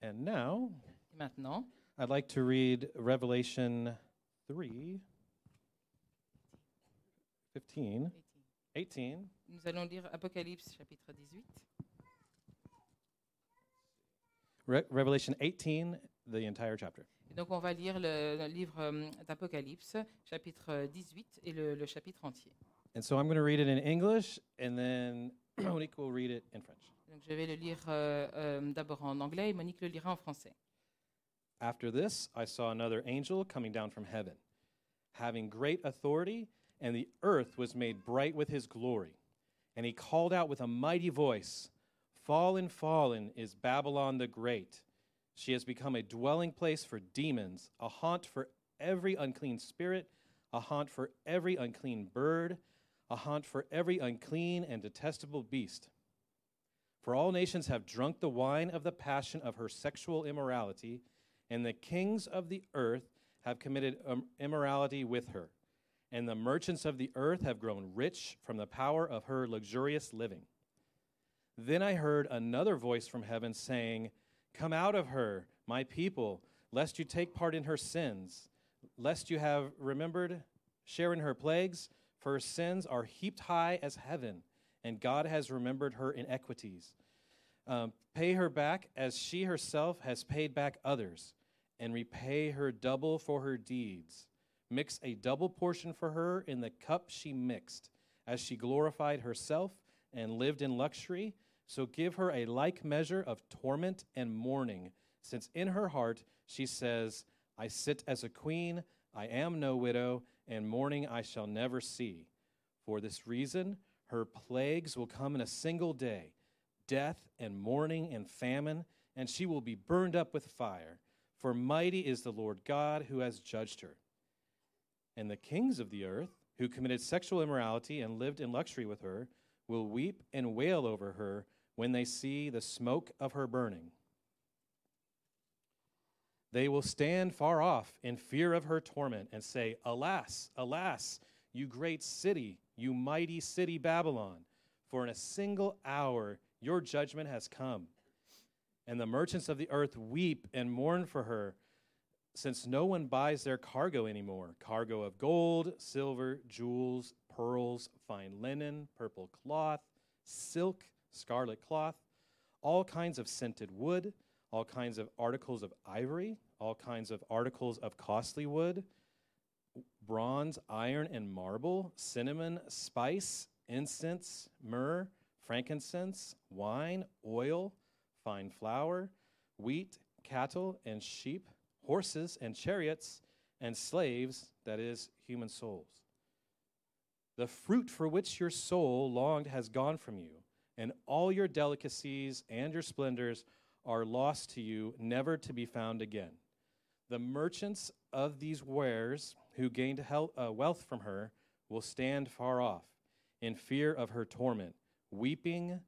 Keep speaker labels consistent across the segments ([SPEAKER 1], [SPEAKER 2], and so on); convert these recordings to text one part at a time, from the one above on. [SPEAKER 1] And now,
[SPEAKER 2] Et maintenant,
[SPEAKER 1] I'd like to read Revelation 3 15, 18.
[SPEAKER 2] nous allons lire Apocalypse chapitre 18,
[SPEAKER 1] Re- Revelation 18, the entire chapter.
[SPEAKER 2] Et donc on va lire le, le livre euh, d'Apocalypse chapitre 18 et le, le chapitre entier.
[SPEAKER 1] And so I'm going to read it in English, and then Monique will read it in French
[SPEAKER 2] Donc je vais le lire euh, euh, d'abord en anglais et Monique le lira en français.
[SPEAKER 1] After this, I saw another angel coming down from heaven, having great authority, and the earth was made bright with his glory. And he called out with a mighty voice Fallen, fallen is Babylon the Great. She has become a dwelling place for demons, a haunt for every unclean spirit, a haunt for every unclean bird, a haunt for every unclean and detestable beast. For all nations have drunk the wine of the passion of her sexual immorality, and the kings of the earth have committed um, immorality with her. And the merchants of the earth have grown rich from the power of her luxurious living. Then I heard another voice from heaven saying, Come out of her, my people, lest you take part in her sins, lest you have remembered, share in her plagues, for her sins are heaped high as heaven, and God has remembered her inequities. Um, pay her back as she herself has paid back others, and repay her double for her deeds. Mix a double portion for her in the cup she mixed, as she glorified herself and lived in luxury. So give her a like measure of torment and mourning, since in her heart she says, I sit as a queen, I am no widow, and mourning I shall never see. For this reason, her plagues will come in a single day death and mourning and famine, and she will be burned up with fire. For mighty is the Lord God who has judged her. And the kings of the earth, who committed sexual immorality and lived in luxury with her, will weep and wail over her when they see the smoke of her burning. They will stand far off in fear of her torment and say, Alas, alas, you great city, you mighty city Babylon, for in a single hour your judgment has come. And the merchants of the earth weep and mourn for her, since no one buys their cargo anymore cargo of gold, silver, jewels, pearls, fine linen, purple cloth, silk, scarlet cloth, all kinds of scented wood, all kinds of articles of ivory, all kinds of articles of costly wood, bronze, iron, and marble, cinnamon, spice, incense, myrrh, frankincense, wine, oil, fine flour, wheat, cattle, and sheep, horses, and chariots, and slaves, that is, human souls. The fruit for which your soul longed has gone from you, and all your delicacies and your splendors are lost to you, never to be found again. The merchants of these wares who gained hel- uh, wealth from her will stand far off in fear of her torment, weeping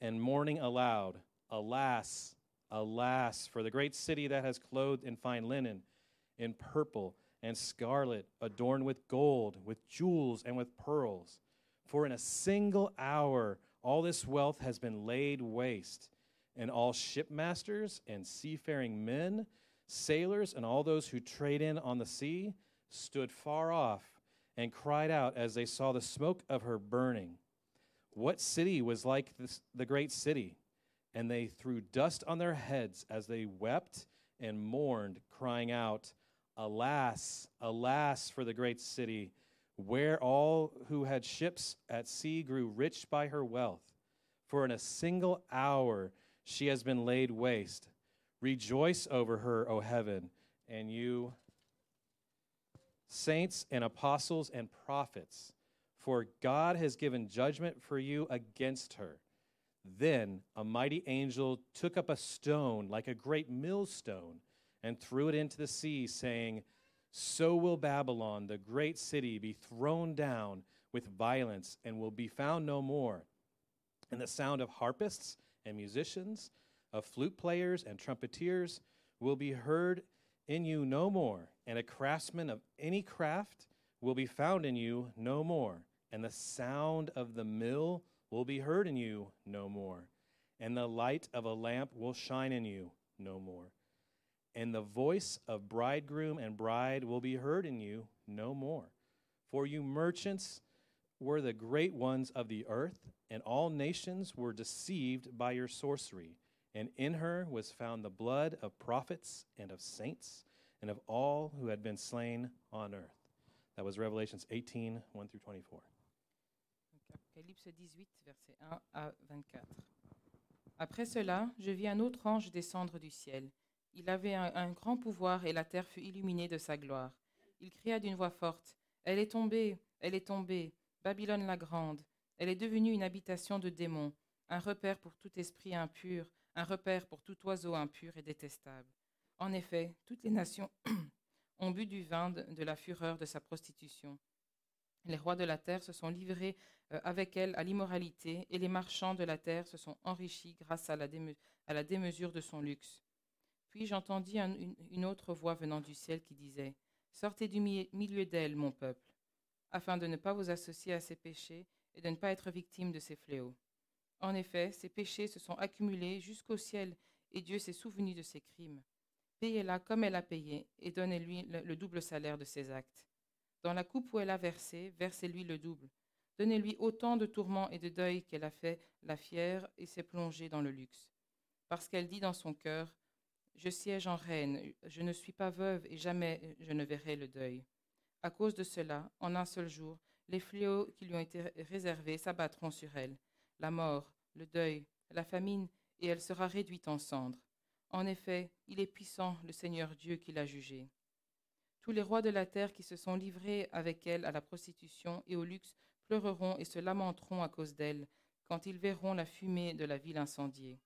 [SPEAKER 1] and mourning aloud. Alas, alas, for the great city that has clothed in fine linen, in purple and scarlet, adorned with gold, with jewels, and with pearls. For in a single hour all this wealth has been laid waste, and all shipmasters and seafaring men, sailors, and all those who trade in on the sea stood far off and cried out as they saw the smoke of her burning. What city was like this, the great city? And they threw dust on their heads as they wept and mourned, crying out, Alas, alas for the great city, where all who had ships at sea grew rich by her wealth. For in a single hour she has been laid waste. Rejoice over her, O heaven, and you, saints and apostles and prophets, for God has given judgment for you against her. Then a mighty angel took up a stone like a great millstone and threw it into the sea, saying, So will Babylon, the great city, be thrown down with violence and will be found no more. And the sound of harpists and musicians, of flute players and trumpeteers will be heard in you no more, and a craftsman of any craft will be found in you no more, and the sound of the mill will be heard in you no more, and the light of a lamp will shine in you, no more. And the voice of bridegroom and bride will be heard in you no more. For you merchants were the great ones of the earth, and all nations were deceived by your sorcery. And in her was found the blood of prophets and of saints and of all who had been slain on earth. That was Revelations 18, 1 through 24.
[SPEAKER 2] Donc, Apocalypse 18, versets 1 à 24. Après cela, je vis un autre ange descendre du ciel. Il avait un, un grand pouvoir et la terre fut illuminée de sa gloire. Il cria d'une voix forte, Elle est tombée, elle est tombée, Babylone la grande. Elle est devenue une habitation de démons, un repère pour tout esprit impur, un repère pour tout oiseau impur et détestable. En effet, toutes les nations ont bu du vin de, de la fureur de sa prostitution. Les rois de la terre se sont livrés euh, avec elle à l'immoralité, et les marchands de la terre se sont enrichis grâce à la, déme- à la démesure de son luxe. Puis j'entendis un- une, une autre voix venant du ciel qui disait, Sortez du mi- milieu d'elle, mon peuple, afin de ne pas vous associer à ses péchés et de ne pas être victime de ses fléaux. En effet, ses péchés se sont accumulés jusqu'au ciel, et Dieu s'est souvenu de ses crimes. Payez-la comme elle a payé, et donnez-lui le, le double salaire de ses actes. Dans la coupe où elle a versé, versez-lui le double. Donnez-lui autant de tourments et de deuil qu'elle a fait la fière et s'est plongée dans le luxe. Parce qu'elle dit dans son cœur, Je siège en reine, je ne suis pas veuve et jamais je ne verrai le deuil. À cause de cela, en un seul jour, les fléaux qui lui ont été ré- réservés s'abattront sur elle, la mort, le deuil, la famine, et elle sera réduite en cendres. En effet, il est puissant, le Seigneur Dieu qui l'a jugé. Tous les rois de la terre qui se sont livrés avec elle à la prostitution et au luxe pleureront et se lamenteront à cause d'elle, quand ils verront la fumée de la ville incendiée.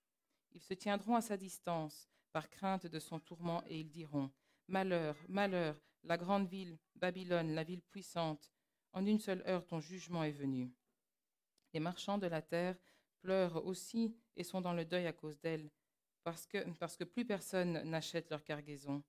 [SPEAKER 2] Ils se tiendront à sa distance, par crainte de son tourment, et ils diront Malheur, malheur, la grande ville, Babylone, la ville puissante, en une seule heure ton jugement est venu. Les marchands de la terre pleurent aussi et sont dans le deuil à cause d'elle, parce que, parce que plus personne n'achète leur cargaison.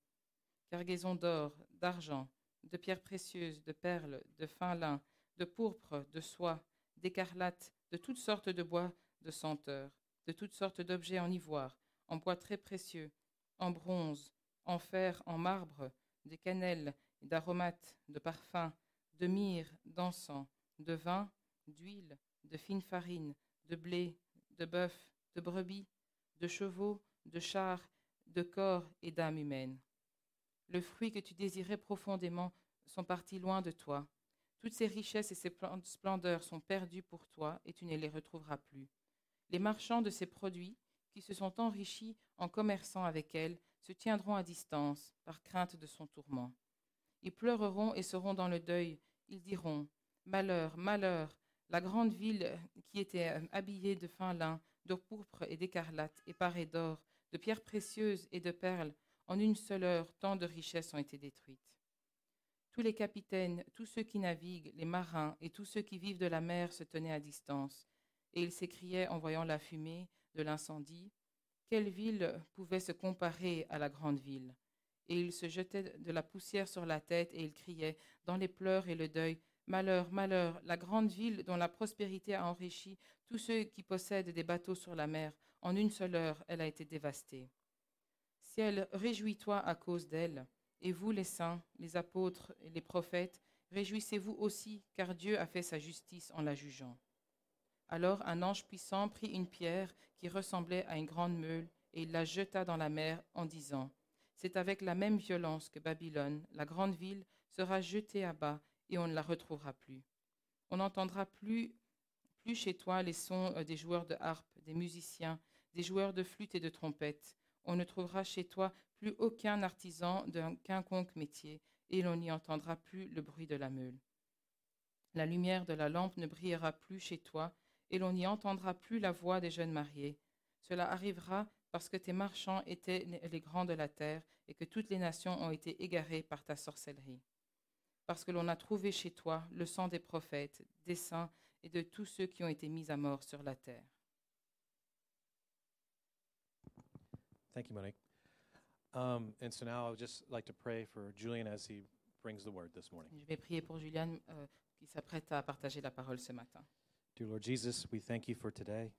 [SPEAKER 2] Cargaison d'or, d'argent, de pierres précieuses, de perles, de fin lin, de pourpre, de soie, d'écarlate, de toutes sortes de bois de senteur, de toutes sortes d'objets en ivoire, en bois très précieux, en bronze, en fer, en marbre, de cannelle, d'aromates, de parfums, de myrrhe, d'encens, de vin, d'huile, de fine farine, de blé, de bœuf, de brebis, de chevaux, de chars, de corps et d'âme humaine. Le fruit que tu désirais profondément sont partis loin de toi. Toutes ces richesses et ces plan- splendeurs sont perdues pour toi et tu ne les retrouveras plus. Les marchands de ces produits, qui se sont enrichis en commerçant avec elle, se tiendront à distance par crainte de son tourment. Ils pleureront et seront dans le deuil. Ils diront Malheur, malheur, la grande ville qui était euh, habillée de fin lin, de pourpre et d'écarlate, et parée d'or, de pierres précieuses et de perles, en une seule heure, tant de richesses ont été détruites. Tous les capitaines, tous ceux qui naviguent, les marins et tous ceux qui vivent de la mer se tenaient à distance, et ils s'écriaient en voyant la fumée de l'incendie Quelle ville pouvait se comparer à la grande ville Et ils se jetaient de la poussière sur la tête et ils criaient, dans les pleurs et le deuil Malheur, malheur, la grande ville dont la prospérité a enrichi tous ceux qui possèdent des bateaux sur la mer, en une seule heure, elle a été dévastée. Ciel, réjouis-toi à cause d'elle. Et vous, les saints, les apôtres et les prophètes, réjouissez-vous aussi, car Dieu a fait sa justice en la jugeant. Alors un ange puissant prit une pierre qui ressemblait à une grande meule, et il la jeta dans la mer en disant, C'est avec la même violence que Babylone, la grande ville, sera jetée à bas, et on ne la retrouvera plus. On n'entendra plus, plus chez toi les sons euh, des joueurs de harpe, des musiciens, des joueurs de flûte et de trompette. On ne trouvera chez toi plus aucun artisan d'un quiconque métier, et l'on n'y entendra plus le bruit de la meule. La lumière de la lampe ne brillera plus chez toi, et l'on n'y entendra plus la voix des jeunes mariés. Cela arrivera parce que tes marchands étaient les- les grands de la terre, et que toutes les nations ont été égarées par ta sorcellerie. Parce que l'on a trouvé chez toi le sang des prophètes, des saints, et de tous ceux qui ont été mis à mort sur la terre.
[SPEAKER 1] Thank you, Monique. Um, and so now I would just like to pray for Julian as he brings the word this morning.
[SPEAKER 2] Je vais prier pour Juliane euh, qui s'apprête à partager la parole ce matin.
[SPEAKER 1] Dear Lord Jesus, we thank you for today.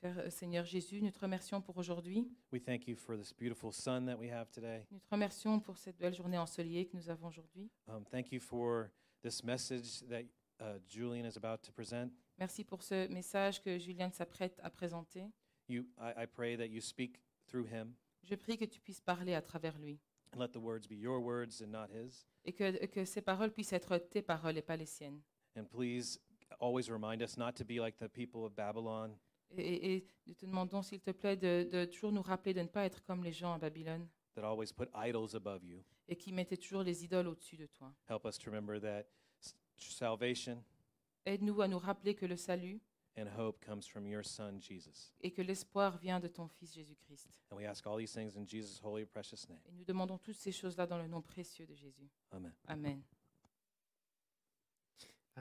[SPEAKER 2] Cher euh, Seigneur Jésus, nous te remercions pour aujourd'hui.
[SPEAKER 1] We thank you for this beautiful sun that we have today.
[SPEAKER 2] Nous te remercions pour cette belle journée ensoleillée que nous avons aujourd'hui.
[SPEAKER 1] Um, thank you for this message that uh, Julian is about to present.
[SPEAKER 2] Merci pour ce message que Julien s'apprête à présenter.
[SPEAKER 1] You, I, I pray that you speak through him
[SPEAKER 2] Je prie que tu puisses parler à travers lui
[SPEAKER 1] and let the words be your words and not his.
[SPEAKER 2] et que, que ces paroles puissent être tes paroles et pas les siennes.
[SPEAKER 1] And please always remind us not to be like the people of Babylon,
[SPEAKER 2] Et, et- et nous te demandons, s'il te plaît, de, de toujours nous rappeler de ne pas être comme les gens à Babylone
[SPEAKER 1] that always put idols above you.
[SPEAKER 2] et qui mettaient toujours les idoles au-dessus de toi.
[SPEAKER 1] Help us to remember that s- salvation
[SPEAKER 2] Aide-nous à nous rappeler que le salut
[SPEAKER 1] and hope comes from your son, Jesus.
[SPEAKER 2] et que l'espoir vient de ton Fils Jésus-Christ.
[SPEAKER 1] And we ask all these things in Jesus' holy, precious name.
[SPEAKER 2] Et nous demandons toutes ces choses-là dans le nom précieux de Jésus.
[SPEAKER 1] Amen.
[SPEAKER 2] Amen.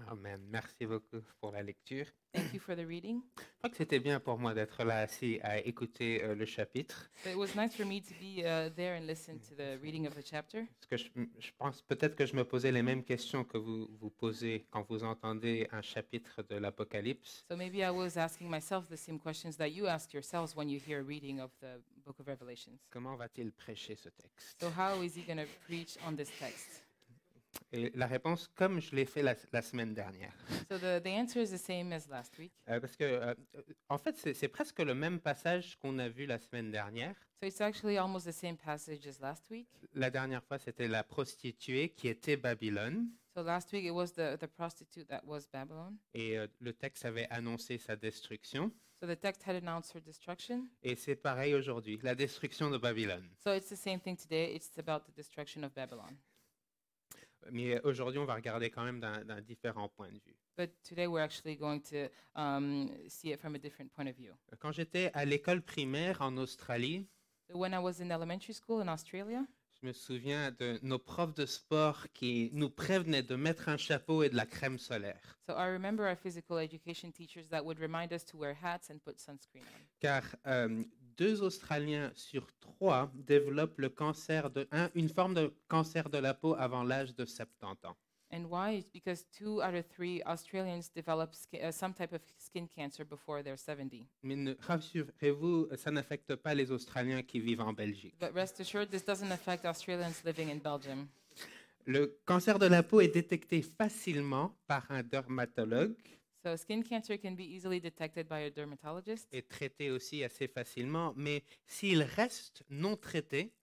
[SPEAKER 3] Amen. Ah, Merci beaucoup pour la lecture.
[SPEAKER 2] Thank you for the reading.
[SPEAKER 3] Je crois que c'était bien pour moi d'être là assis à écouter euh, le chapitre.
[SPEAKER 2] It was nice for me to be uh, there and listen to the reading of the chapter.
[SPEAKER 3] Parce que je, je pense peut-être que je me posais les mêmes questions que vous vous posez quand vous entendez un chapitre de l'Apocalypse.
[SPEAKER 2] So maybe I was asking myself the same questions that you ask yourselves when you hear a reading of the book of Revelations.
[SPEAKER 3] Comment va-t-il prêcher ce texte
[SPEAKER 2] So how is he going to preach on this text?
[SPEAKER 3] Et la réponse, comme je l'ai fait la, la semaine dernière.
[SPEAKER 2] So the, the answer is the same as last week.
[SPEAKER 3] Euh, parce que, euh, euh, en fait, c'est c'est presque le même passage qu'on a vu la semaine dernière.
[SPEAKER 2] So it's actually almost the same passage as last week.
[SPEAKER 3] La dernière fois, c'était la prostituée qui était Babylone.
[SPEAKER 2] So last week it was the, the prostitute that was Babylon.
[SPEAKER 3] Et euh, le texte avait annoncé sa destruction.
[SPEAKER 2] So the text had announced her destruction.
[SPEAKER 3] Et c'est pareil aujourd'hui, la destruction de Babylone.
[SPEAKER 2] So it's the same thing today. It's about the destruction of Babylon.
[SPEAKER 3] Mais euh, aujourd'hui, on va regarder quand même d'un d'un différent point de vue.
[SPEAKER 2] But today we're actually going to um, see it from a different point of view.
[SPEAKER 3] Euh, Quand j'étais à l'école primaire en Australie,
[SPEAKER 2] So when I was in elementary school in Australia,
[SPEAKER 3] je me souviens de nos profs de sport qui nous prévenaient de mettre un chapeau et de la crème solaire.
[SPEAKER 2] so I remember our physical education teachers that would remind us to wear hats and put sunscreen on.
[SPEAKER 3] Car euh, deux Australiens sur trois développent le cancer de, un- une forme de cancer de la peau avant l'âge de 70 ans.
[SPEAKER 2] And why? It's because two out of three Australians develop ski- uh, some type of skin cancer before they're 70.
[SPEAKER 3] Mais ne- rassurez-vous, ça n'affecte pas les Australiens qui vivent en Belgique.
[SPEAKER 2] But rest assured, this doesn't affect Australians living in Belgium.
[SPEAKER 3] Le cancer de la peau est détecté facilement par un dermatologue
[SPEAKER 2] So skin cancer can be easily detected by a dermatologist
[SPEAKER 3] et traité aussi assez facilement, mais s'il reste non traité,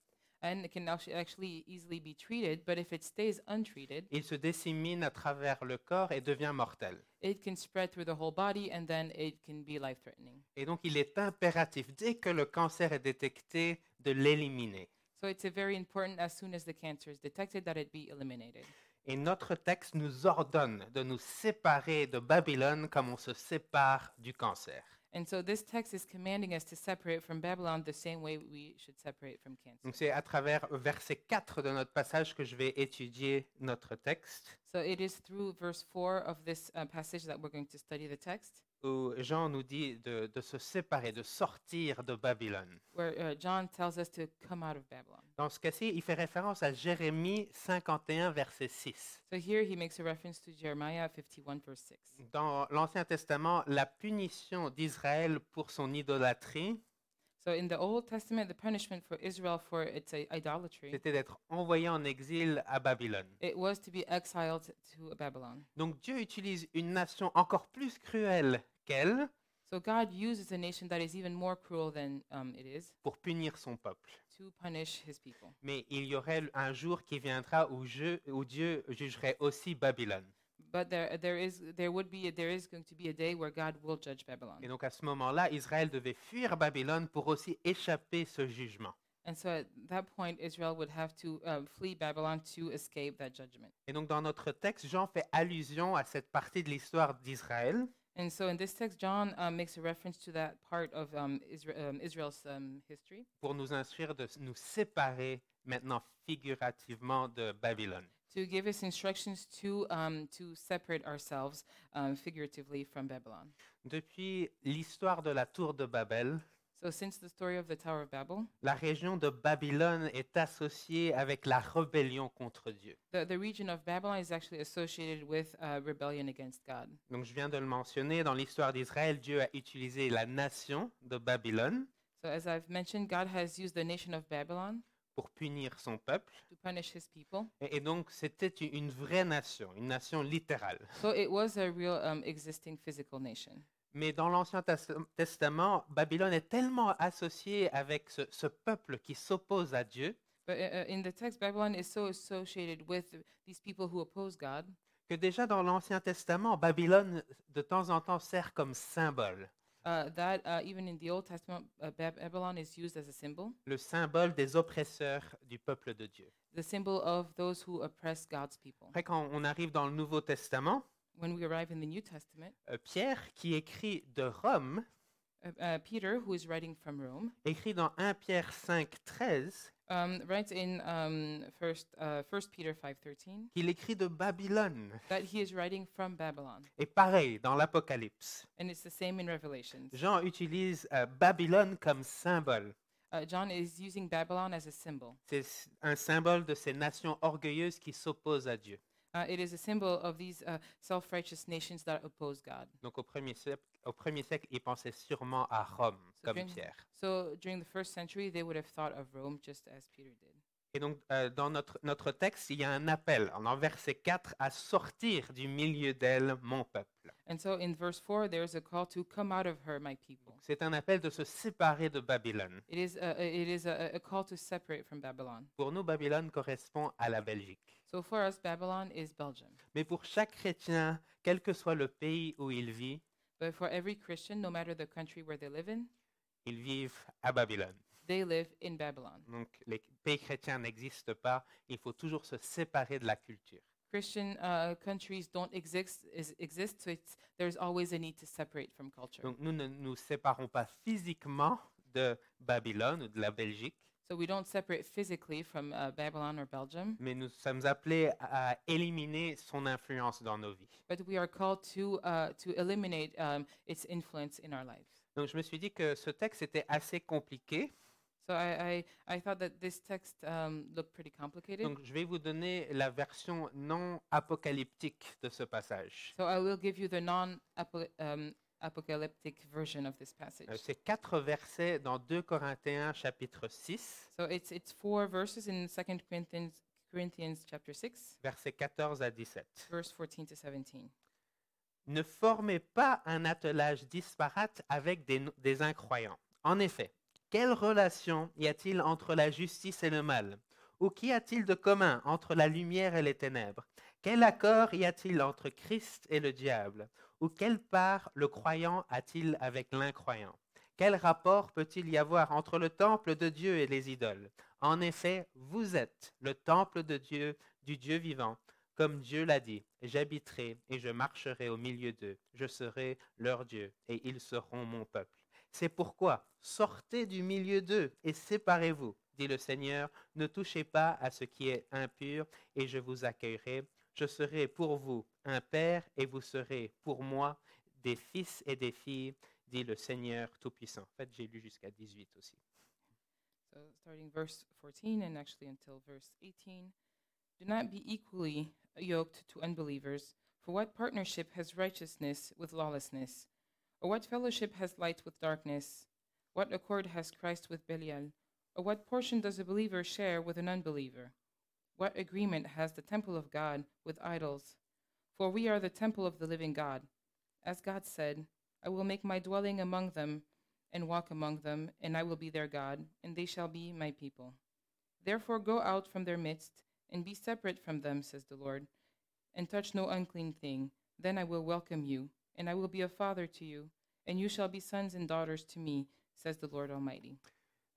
[SPEAKER 2] and it can actu- actually easily be treated. But if it stays untreated,
[SPEAKER 3] il se dissémine à travers le corps et devient mortel.
[SPEAKER 2] it can spread through the whole body and then it can be life threatening.
[SPEAKER 3] Et donc il est impératif, dès que le cancer est détecté, de l'éliminer.
[SPEAKER 2] So it's a very important as soon as the cancer is detected that it be eliminated.
[SPEAKER 3] Et notre texte nous ordonne de nous séparer de Babylone comme on se sépare du cancer.
[SPEAKER 2] And so this text is commanding us to separate from Babylon the same way we should separate from cancer.
[SPEAKER 3] Donc c'est à travers verset 4 de notre passage que je vais étudier notre texte.
[SPEAKER 2] So it is through verse 4 of this uh, passage that we're going to study the text,
[SPEAKER 3] où Jean nous dit de, de se séparer, de sortir de Babylone.
[SPEAKER 2] where uh, John tells us to come out of Babylon.
[SPEAKER 3] Dans ce cas-ci, il fait référence à Jérémie 51, verset 6.
[SPEAKER 2] So here he makes a reference to Jeremiah 51, verse 6.
[SPEAKER 3] Dans l'Ancien Testament, la punition d'Israël pour son idolâtrie,
[SPEAKER 2] So in the Old Testament, the punishment for Israel for its i- idolatry,
[SPEAKER 3] c'était d'être envoyé en exil à Babylone.
[SPEAKER 2] it was to be exiled to Babylon.
[SPEAKER 3] Donc Dieu utilise une nation encore plus cruelle qu'elle
[SPEAKER 2] So God uses a nation that is even more cruel than um, it is
[SPEAKER 3] pour punir son peuple.
[SPEAKER 2] to punish his people.
[SPEAKER 3] Mais il y aurait un jour qui viendra où, je- où Dieu jugerait aussi Babylone.
[SPEAKER 2] But there, there is, there would be, there is going to be a day where God will judge Babylon.
[SPEAKER 3] Et donc à ce moment-là, Israël devait fuir Babylone pour aussi échapper ce jugement.
[SPEAKER 2] And so at that point, Israel would have to uh, flee Babylon to escape that judgment.
[SPEAKER 3] Et donc dans notre texte, Jean fait allusion à cette partie de l'histoire d'Israël
[SPEAKER 2] And so in this text, John uh, makes a reference to that part of um, Isra- um, Israel's um, history
[SPEAKER 3] pour nous instruire de s- nous séparer maintenant figurativement de Babylone.
[SPEAKER 2] to give us instructions to, um, to separate ourselves um, figuratively from Babylon.
[SPEAKER 3] Depuis l'histoire de la tour de Babel,
[SPEAKER 2] So, since the story of the Tower of Babel,
[SPEAKER 3] La région de Babylone est associée avec la rébellion contre Dieu.
[SPEAKER 2] the, the region of Babylon is actually associated with uh, rebellion against God.
[SPEAKER 3] Donc je viens de le mentionner, dans l'histoire d'Israël, Dieu a utilisé la nation de Babylone
[SPEAKER 2] So, as I've mentioned, God has used the nation of Babylon
[SPEAKER 3] pour punir son peuple.
[SPEAKER 2] to punish his people.
[SPEAKER 3] Et, et donc c'était u- une vraie nation, une nation littérale.
[SPEAKER 2] So, it was a real um, existing physical nation.
[SPEAKER 3] Mais dans l'Ancien Tas- Testament, Babylone est tellement associée avec ce, ce peuple qui s'oppose à Dieu
[SPEAKER 2] But uh, uh, in the text, Babylon is so associated with these people who oppose God
[SPEAKER 3] que déjà dans l'Ancien Testament, Babylone de temps en temps sert comme symbole,
[SPEAKER 2] uh, that uh, even in the Old Testament, uh, Bab- Babylon is used as a symbol,
[SPEAKER 3] le symbole des oppresseurs du peuple de Dieu.
[SPEAKER 2] the symbol of those who oppress God's people.
[SPEAKER 3] Après, quand on arrive dans le Nouveau Testament,
[SPEAKER 2] When we arrive in the New Testament,
[SPEAKER 3] euh, Pierre, qui écrit de Rome,
[SPEAKER 2] uh, uh, Peter, who is writing from Rome,
[SPEAKER 3] écrit dans 1 Pierre 5, 13,
[SPEAKER 2] um, writes in um, first, uh, first Peter 5.13
[SPEAKER 3] qu'il écrit de Babylone.
[SPEAKER 2] that he is writing from Babylon.
[SPEAKER 3] Et pareil, dans l'Apocalypse,
[SPEAKER 2] And it's the same in Revelations.
[SPEAKER 3] Jean utilise euh, Babylone comme symbole.
[SPEAKER 2] Uh, John is using Babylon as a symbol.
[SPEAKER 3] C'est s- un symbole de ces nations orgueilleuses qui s'opposent à Dieu.
[SPEAKER 2] Uh, it is a symbol of these uh, self-righteous nations that oppose God.
[SPEAKER 3] Donc au premier siècle, au premier siècle ils pensaient sûrement à Rome,
[SPEAKER 2] So
[SPEAKER 3] comme
[SPEAKER 2] during-
[SPEAKER 3] Pierre.
[SPEAKER 2] So during the first century, they would have thought of Rome just as Peter did.
[SPEAKER 3] Et donc euh, dans notre, notre texte, il y a un appel, en en verset 4, à sortir du milieu d'elle, mon peuple.
[SPEAKER 2] And so in verse 4, there's a call to come out of her, my people.
[SPEAKER 3] C'est un appel de se séparer de Babylone.
[SPEAKER 2] It is a, a- it is a, a call to separate from Babylon.
[SPEAKER 3] Pour nous, Babylone correspond à la Belgique.
[SPEAKER 2] So for us, Babylon is Belgium.
[SPEAKER 3] Mais pour chaque chrétien, quel que soit le pays où il vit,
[SPEAKER 2] But for every Christian, no matter the country where they live in,
[SPEAKER 3] ils vivent à Babylone.
[SPEAKER 2] they live in Babylon.
[SPEAKER 3] Donc les pays chrétiens n'existent pas, il faut toujours se séparer de la culture.
[SPEAKER 2] Christian uh, countries don't exist, is, exist so it's, there's always a need to separate from culture.
[SPEAKER 3] Donc nous ne nous séparons pas physiquement de Babylone ou de la Belgique,
[SPEAKER 2] So we don't separate physically from uh, Babylon or Belgium,
[SPEAKER 3] mais nous sommes appelés à éliminer son influence dans nos vies.
[SPEAKER 2] but we are called to, uh, to eliminate um, its influence in our lives.
[SPEAKER 3] Donc je me suis dit que ce texte était assez compliqué,
[SPEAKER 2] So I, I, I thought that this text um, looked pretty complicated.
[SPEAKER 3] donc je vais vous donner la version non apocalyptique de ce passage.
[SPEAKER 2] so I will give you the non-apocalyptic version of this passage.
[SPEAKER 3] Euh, C'est quatre versets dans 2 Corinthiens chapitre 6,
[SPEAKER 2] So it's it's four verses in Second Corinthians Corinthians chapter six,
[SPEAKER 3] versets 14 à 17.
[SPEAKER 2] verse fourteen to seventeen.
[SPEAKER 3] Ne formez pas un attelage disparate avec des, no- des incroyants. En effet, quelle relation y a-t-il entre la justice et le mal Ou qu'y a-t-il de commun entre la lumière et les ténèbres Quel accord y a-t-il entre Christ et le diable Ou quelle part le croyant a-t-il avec l'incroyant Quel rapport peut-il y avoir entre le temple de Dieu et les idoles En effet, vous êtes le temple de Dieu, du Dieu vivant. Comme Dieu l'a dit, j'habiterai et je marcherai au milieu d'eux. Je serai leur Dieu et ils seront mon peuple. C'est pourquoi sortez du milieu d'eux et séparez-vous, dit le Seigneur. Ne touchez pas à ce qui est impur et je vous accueillerai. Je serai pour vous un père et vous serez pour moi des fils et des filles, dit le Seigneur Tout-Puissant. En fait, j'ai lu jusqu'à 18 aussi.
[SPEAKER 2] So starting verse fourteen and actually until verse eighteen, do not be equally yoked to unbelievers. For what partnership has righteousness with lawlessness, or what fellowship has light with darkness? What accord has Christ with Belial, or what portion does a believer share with an unbeliever? What agreement has the temple of God with idols? For we are the temple of the living God. As God said, I will make my dwelling among them and walk among them, and I will be their God, and they shall be my people. Therefore go out from their midst, and be separate from them, says the Lord, and touch no unclean thing. Then I will welcome you, and I will be a father to you, and you shall be sons and daughters to me, says the Lord Almighty.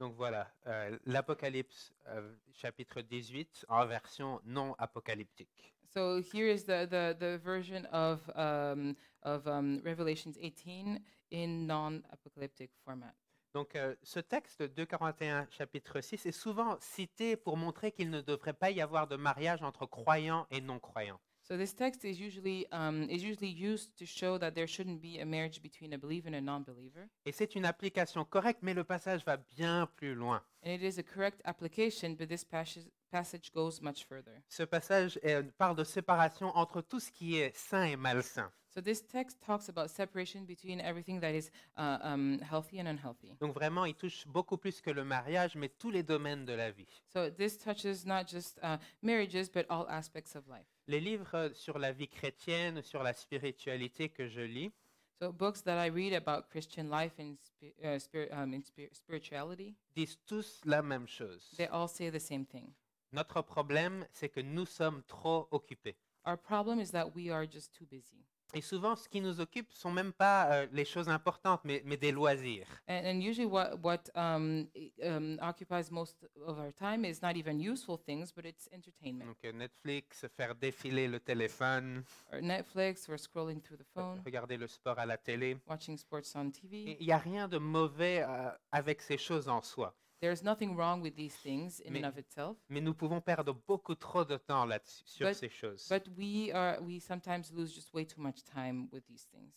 [SPEAKER 3] Donc voilà, euh, l'Apocalypse euh, chapitre 18 en version non apocalyptique.
[SPEAKER 2] So here is the, the, the version of, um, of um, Revelations 18 in non apocalyptic format.
[SPEAKER 3] Donc, euh, ce texte de 41, chapitre 6, est souvent cité pour montrer qu'il ne devrait pas y avoir de mariage entre croyants et non-croyants.
[SPEAKER 2] So So this text is usually um, is usually used to show that there shouldn't be a marriage between a believer and a non-believer,
[SPEAKER 3] Et c'est une application correcte, mais le passage va bien plus loin.
[SPEAKER 2] and it is a correct application. But this passage passage goes much further.
[SPEAKER 3] Ce passage euh, parle de séparation entre tout ce qui est sain et malsain.
[SPEAKER 2] So this text talks about separation between everything that is uh, um, healthy and unhealthy.
[SPEAKER 3] Donc vraiment, il touche beaucoup plus que le mariage, mais tous les domaines de la vie.
[SPEAKER 2] So this touches not just uh, marriages but all aspects of life.
[SPEAKER 3] Les livres euh, sur la vie chrétienne, sur la spiritualité que je lis,
[SPEAKER 2] So books that I read about Christian life and spi- uh, spirit um, and spir- spirituality,
[SPEAKER 3] disent tous la même chose.
[SPEAKER 2] they all say the same thing.
[SPEAKER 3] Notre problème, c'est que nous sommes trop occupés.
[SPEAKER 2] Our problem is that we are just too busy.
[SPEAKER 3] Et souvent, ce qui nous occupe sont même pas euh, les choses importantes, mais, mais des loisirs.
[SPEAKER 2] And, and usually, what what um, i- um, occupies most of our time is not even useful things, but it's entertainment
[SPEAKER 3] Donc euh, Netflix, faire défiler le téléphone,
[SPEAKER 2] or Netflix or scrolling through the phone,
[SPEAKER 3] regarder le sport à la télé.
[SPEAKER 2] watching sports on TV.
[SPEAKER 3] Il n'y a rien de mauvais euh, avec ces choses en soi,
[SPEAKER 2] There's nothing wrong with these things in and
[SPEAKER 3] Mais-
[SPEAKER 2] of itself,
[SPEAKER 3] mais nous pouvons perdre beaucoup trop de temps là-dessus sur
[SPEAKER 2] But-
[SPEAKER 3] ces choses.
[SPEAKER 2] but we are we sometimes lose just way too much time with these things,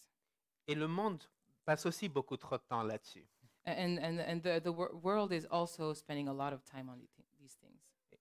[SPEAKER 3] Et le monde passe aussi beaucoup trop de temps là-dessus.
[SPEAKER 2] A- and and and the the wor- world is also spending a lot of time on thi- these things.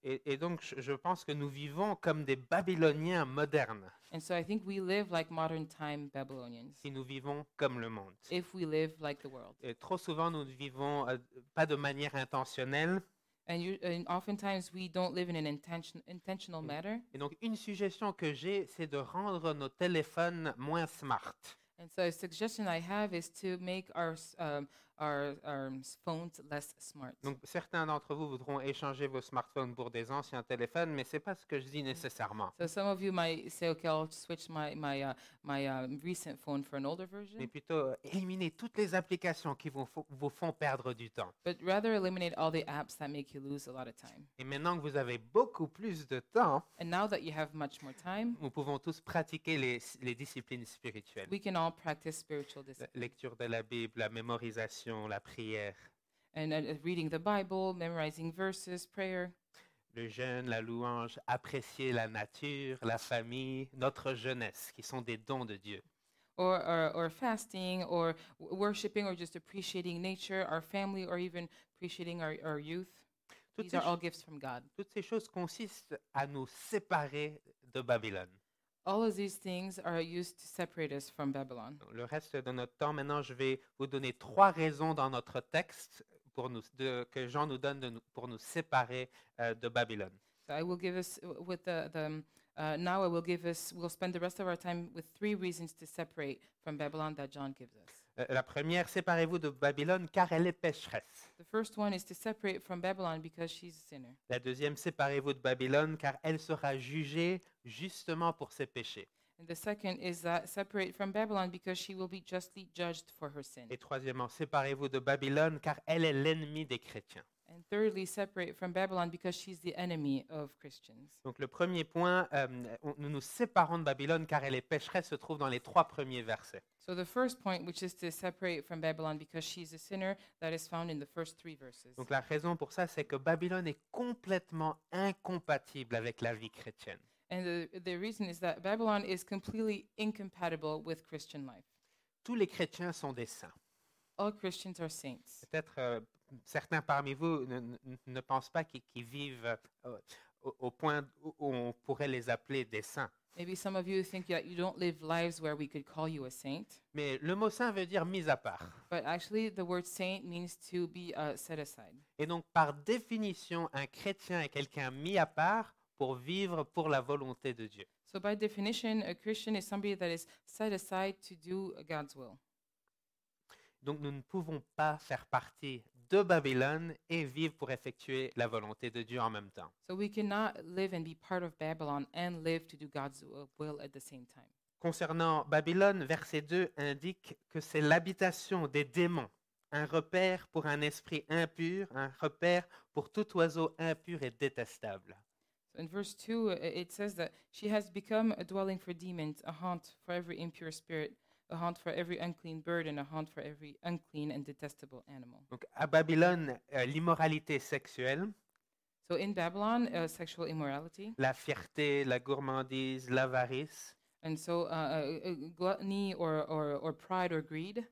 [SPEAKER 3] Et, et donc, je, je pense que nous vivons comme des Babyloniens modernes,
[SPEAKER 2] And so I think we live like modern time Babylonians
[SPEAKER 3] si nous vivons comme le monde.
[SPEAKER 2] if we live like the world.
[SPEAKER 3] Et trop souvent, nous ne vivons euh, pas de manière intentionnelle.
[SPEAKER 2] And, you, and oftentimes we don't live in an intention, intentional manner.
[SPEAKER 3] Et donc, une suggestion que j'ai, c'est de rendre nos téléphones moins smart.
[SPEAKER 2] And so a suggestion I have is to make our, s- um, our, our s- phones less smart.
[SPEAKER 3] Donc, certains d'entre vous voudront échanger vos smartphones pour des anciens téléphones, mais ce n'est pas ce que je dis nécessairement.
[SPEAKER 2] So some of you might say, okay, I'll switch my, my, uh, my um, recent phone for an older
[SPEAKER 3] mais
[SPEAKER 2] version.
[SPEAKER 3] plutôt euh, éliminer toutes les applications qui vous, fo- vous font perdre du temps.
[SPEAKER 2] But rather eliminate all the apps that make you lose a lot of time.
[SPEAKER 3] Et maintenant que vous avez beaucoup plus de temps,
[SPEAKER 2] And now that you have much more time,
[SPEAKER 3] nous pouvons tous pratiquer les, s- les disciplines spirituelles.
[SPEAKER 2] we can all practice spiritual
[SPEAKER 3] La
[SPEAKER 2] discipline.
[SPEAKER 3] lecture de la Bible, la mémorisation, la prière,
[SPEAKER 2] And uh, uh, reading the Bible, memorizing verses, prayer,
[SPEAKER 3] le jeûne, la louange, apprécier la nature, la famille, notre jeunesse, qui sont des dons de Dieu.
[SPEAKER 2] or, or, or fasting or w- worshiping or just appreciating nature, our family, or even appreciating our, our youth.
[SPEAKER 3] Toutes
[SPEAKER 2] These
[SPEAKER 3] ces,
[SPEAKER 2] are
[SPEAKER 3] ch-
[SPEAKER 2] all gifts from God.
[SPEAKER 3] toutes ces choses consistent à nous séparer de Babylone.
[SPEAKER 2] All of these things are used to separate us from Babylon.
[SPEAKER 3] Le reste de notre temps, maintenant, je vais vous donner trois raisons dans notre texte pour nous, de- que Jean nous donne de nous- pour nous séparer euh, de Babylone.
[SPEAKER 2] So I will give us w- with the, the um, uh, now I will give us we'll spend the rest of our time with three reasons to separate from Babylon that John gives us.
[SPEAKER 3] Euh, la première, séparez-vous de Babylone car elle est pécheresse.
[SPEAKER 2] The first one is to separate from Babylon because she's a sinner.
[SPEAKER 3] La deuxième, séparez-vous de Babylone car elle sera jugée justement pour ses péchés.
[SPEAKER 2] And the second is that separate from Babylon because she will be justly judged for her sin.
[SPEAKER 3] Et troisièmement, séparez-vous de Babylone car elle est l'ennemi des chrétiens.
[SPEAKER 2] And thirdly, separate from Babylon because she's the enemy of Christians.
[SPEAKER 3] Donc le premier point, euh, on- nous nous séparons de Babylone car elle est pécheresse, se trouve dans les trois premiers versets.
[SPEAKER 2] So the first point, which is to separate from Babylon because she's a sinner, that is found in the first three verses.
[SPEAKER 3] Donc la raison pour ça, c'est que Babylone est complètement incompatible avec la vie chrétienne.
[SPEAKER 2] And the, the reason is that Babylon is completely incompatible with Christian life.
[SPEAKER 3] Tous les chrétiens sont des saints.
[SPEAKER 2] All Christians are saints.
[SPEAKER 3] Peut-être euh, certains parmi vous ne, ne- ne pensent pas qu'ils qu'ils vivent euh, au, au point où on pourrait les appeler des saints.
[SPEAKER 2] Maybe some of you think that you don't live lives where we could call you a saint,
[SPEAKER 3] Mais le mot saint veut dire mis à part.
[SPEAKER 2] but actually the word saint means to be uh, set aside.
[SPEAKER 3] Et donc par définition, un chrétien est quelqu'un mis à part pour vivre pour la volonté de Dieu.
[SPEAKER 2] So by definition, a Christian is somebody that is set aside to do God's will.
[SPEAKER 3] Donc nous ne pouvons pas faire partie de Babylone et vivre pour effectuer la volonté de Dieu en même temps.
[SPEAKER 2] So we cannot live and be part of Babylon and live to do God's will- will at the same time.
[SPEAKER 3] Concernant Babylone, verset 2 indique que c'est l'habitation des démons, un repère pour un esprit impur, un repère pour tout oiseau impur et détestable.
[SPEAKER 2] So in verse 2, uh, it says that she has become a dwelling for demons, a haunt for every impure spirit, a haunt for every unclean bird, and a haunt for every unclean and detestable animal.
[SPEAKER 3] Donc à Babylone, euh, l'immoralité sexuelle,
[SPEAKER 2] So in Babylon, uh, sexual immorality,
[SPEAKER 3] la fierté, la gourmandise, l'avarice
[SPEAKER 2] and so uh, uh, uh, gluttony or, or, or pride or greed,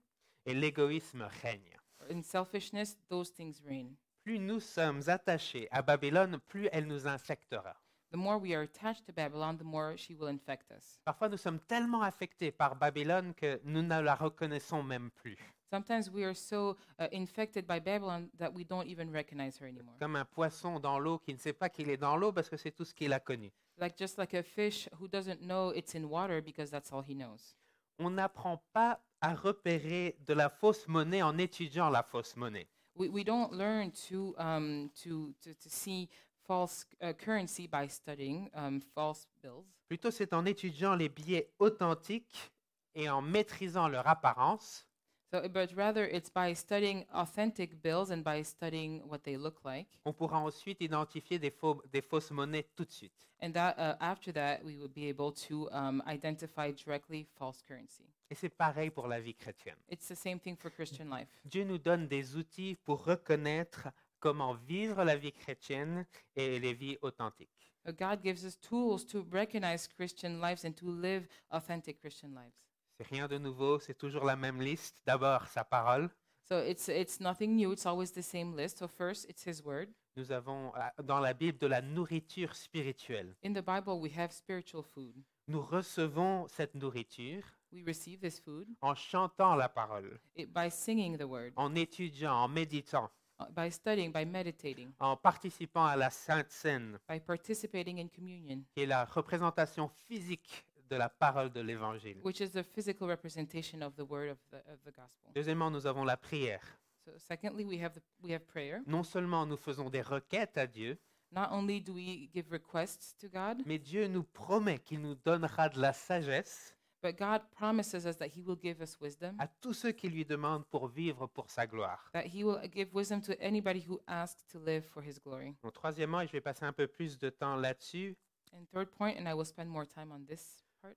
[SPEAKER 3] et l'égoïsme règnent.
[SPEAKER 2] in selfishness, those things reign.
[SPEAKER 3] Plus nous sommes attachés à Babylone, plus elle nous infectera.
[SPEAKER 2] The more we are attached to Babylon, the more she will infect us.
[SPEAKER 3] Parfois, nous sommes tellement affectés par Babylone que nous ne la reconnaissons même plus,
[SPEAKER 2] Sometimes we are so uh, infected by Babylon that we don't even recognize her anymore.
[SPEAKER 3] comme un poisson dans l'eau qui ne sait pas qu'il est dans l'eau parce que c'est tout ce qu'il a connu.
[SPEAKER 2] Like just like a fish who doesn't know it's in water because that's all he knows.
[SPEAKER 3] On n'apprend pas à repérer de la fausse monnaie en étudiant la fausse monnaie.
[SPEAKER 2] We, we don't learn to, um, to, to, to see false uh, currency by studying um, false bills.
[SPEAKER 3] Plutôt, c'est en étudiant les billets authentiques et en maîtrisant leur apparence
[SPEAKER 2] So, uh, but rather it's by studying authentic bills and by studying what they look like.
[SPEAKER 3] on pourra ensuite identifier des, faux- des fausses monnaies tout de suite.
[SPEAKER 2] And that uh, after that, we would be able to um, identify directly false currency.
[SPEAKER 3] Et c'est pareil pour la vie chrétienne.
[SPEAKER 2] It's the same thing for Christian life.
[SPEAKER 3] Dieu nous donne des outils pour reconnaître comment vivre la vie chrétienne et les vies authentiques.
[SPEAKER 2] Uh, God gives us tools to recognize Christian lives and to live authentic Christian lives.
[SPEAKER 3] C'est rien de nouveau, c'est toujours la même liste. D'abord, sa parole.
[SPEAKER 2] So it's it's nothing new. It's always the same list. So first, it's His Word.
[SPEAKER 3] Nous avons euh, dans la Bible de la nourriture spirituelle.
[SPEAKER 2] In the Bible, we have spiritual food.
[SPEAKER 3] Nous recevons cette nourriture
[SPEAKER 2] We receive this food
[SPEAKER 3] en chantant la parole,
[SPEAKER 2] it, by singing the Word,
[SPEAKER 3] en étudiant, en méditant,
[SPEAKER 2] uh, by studying, by meditating,
[SPEAKER 3] en participant à la Sainte Seine,
[SPEAKER 2] by participating in communion.
[SPEAKER 3] qui est la représentation physique de la parole de l'Évangile.
[SPEAKER 2] which is the physical representation of the word of the, of the gospel.
[SPEAKER 3] Deuxièmement, nous avons la prière.
[SPEAKER 2] So secondly, we have the, we have prayer.
[SPEAKER 3] Non seulement nous faisons des requêtes à Dieu,
[SPEAKER 2] Not only do we give requests to God,
[SPEAKER 3] mais Dieu nous promet qu'il nous donnera de la sagesse
[SPEAKER 2] but God promises us that he will give us wisdom,
[SPEAKER 3] à tous ceux qui lui demandent pour vivre pour sa gloire.
[SPEAKER 2] that he will give wisdom to anybody who asks to live for his glory.
[SPEAKER 3] Donc, troisièmement, et je vais passer un peu plus de temps là-dessus,
[SPEAKER 2] And third point, and I will spend more time on this part,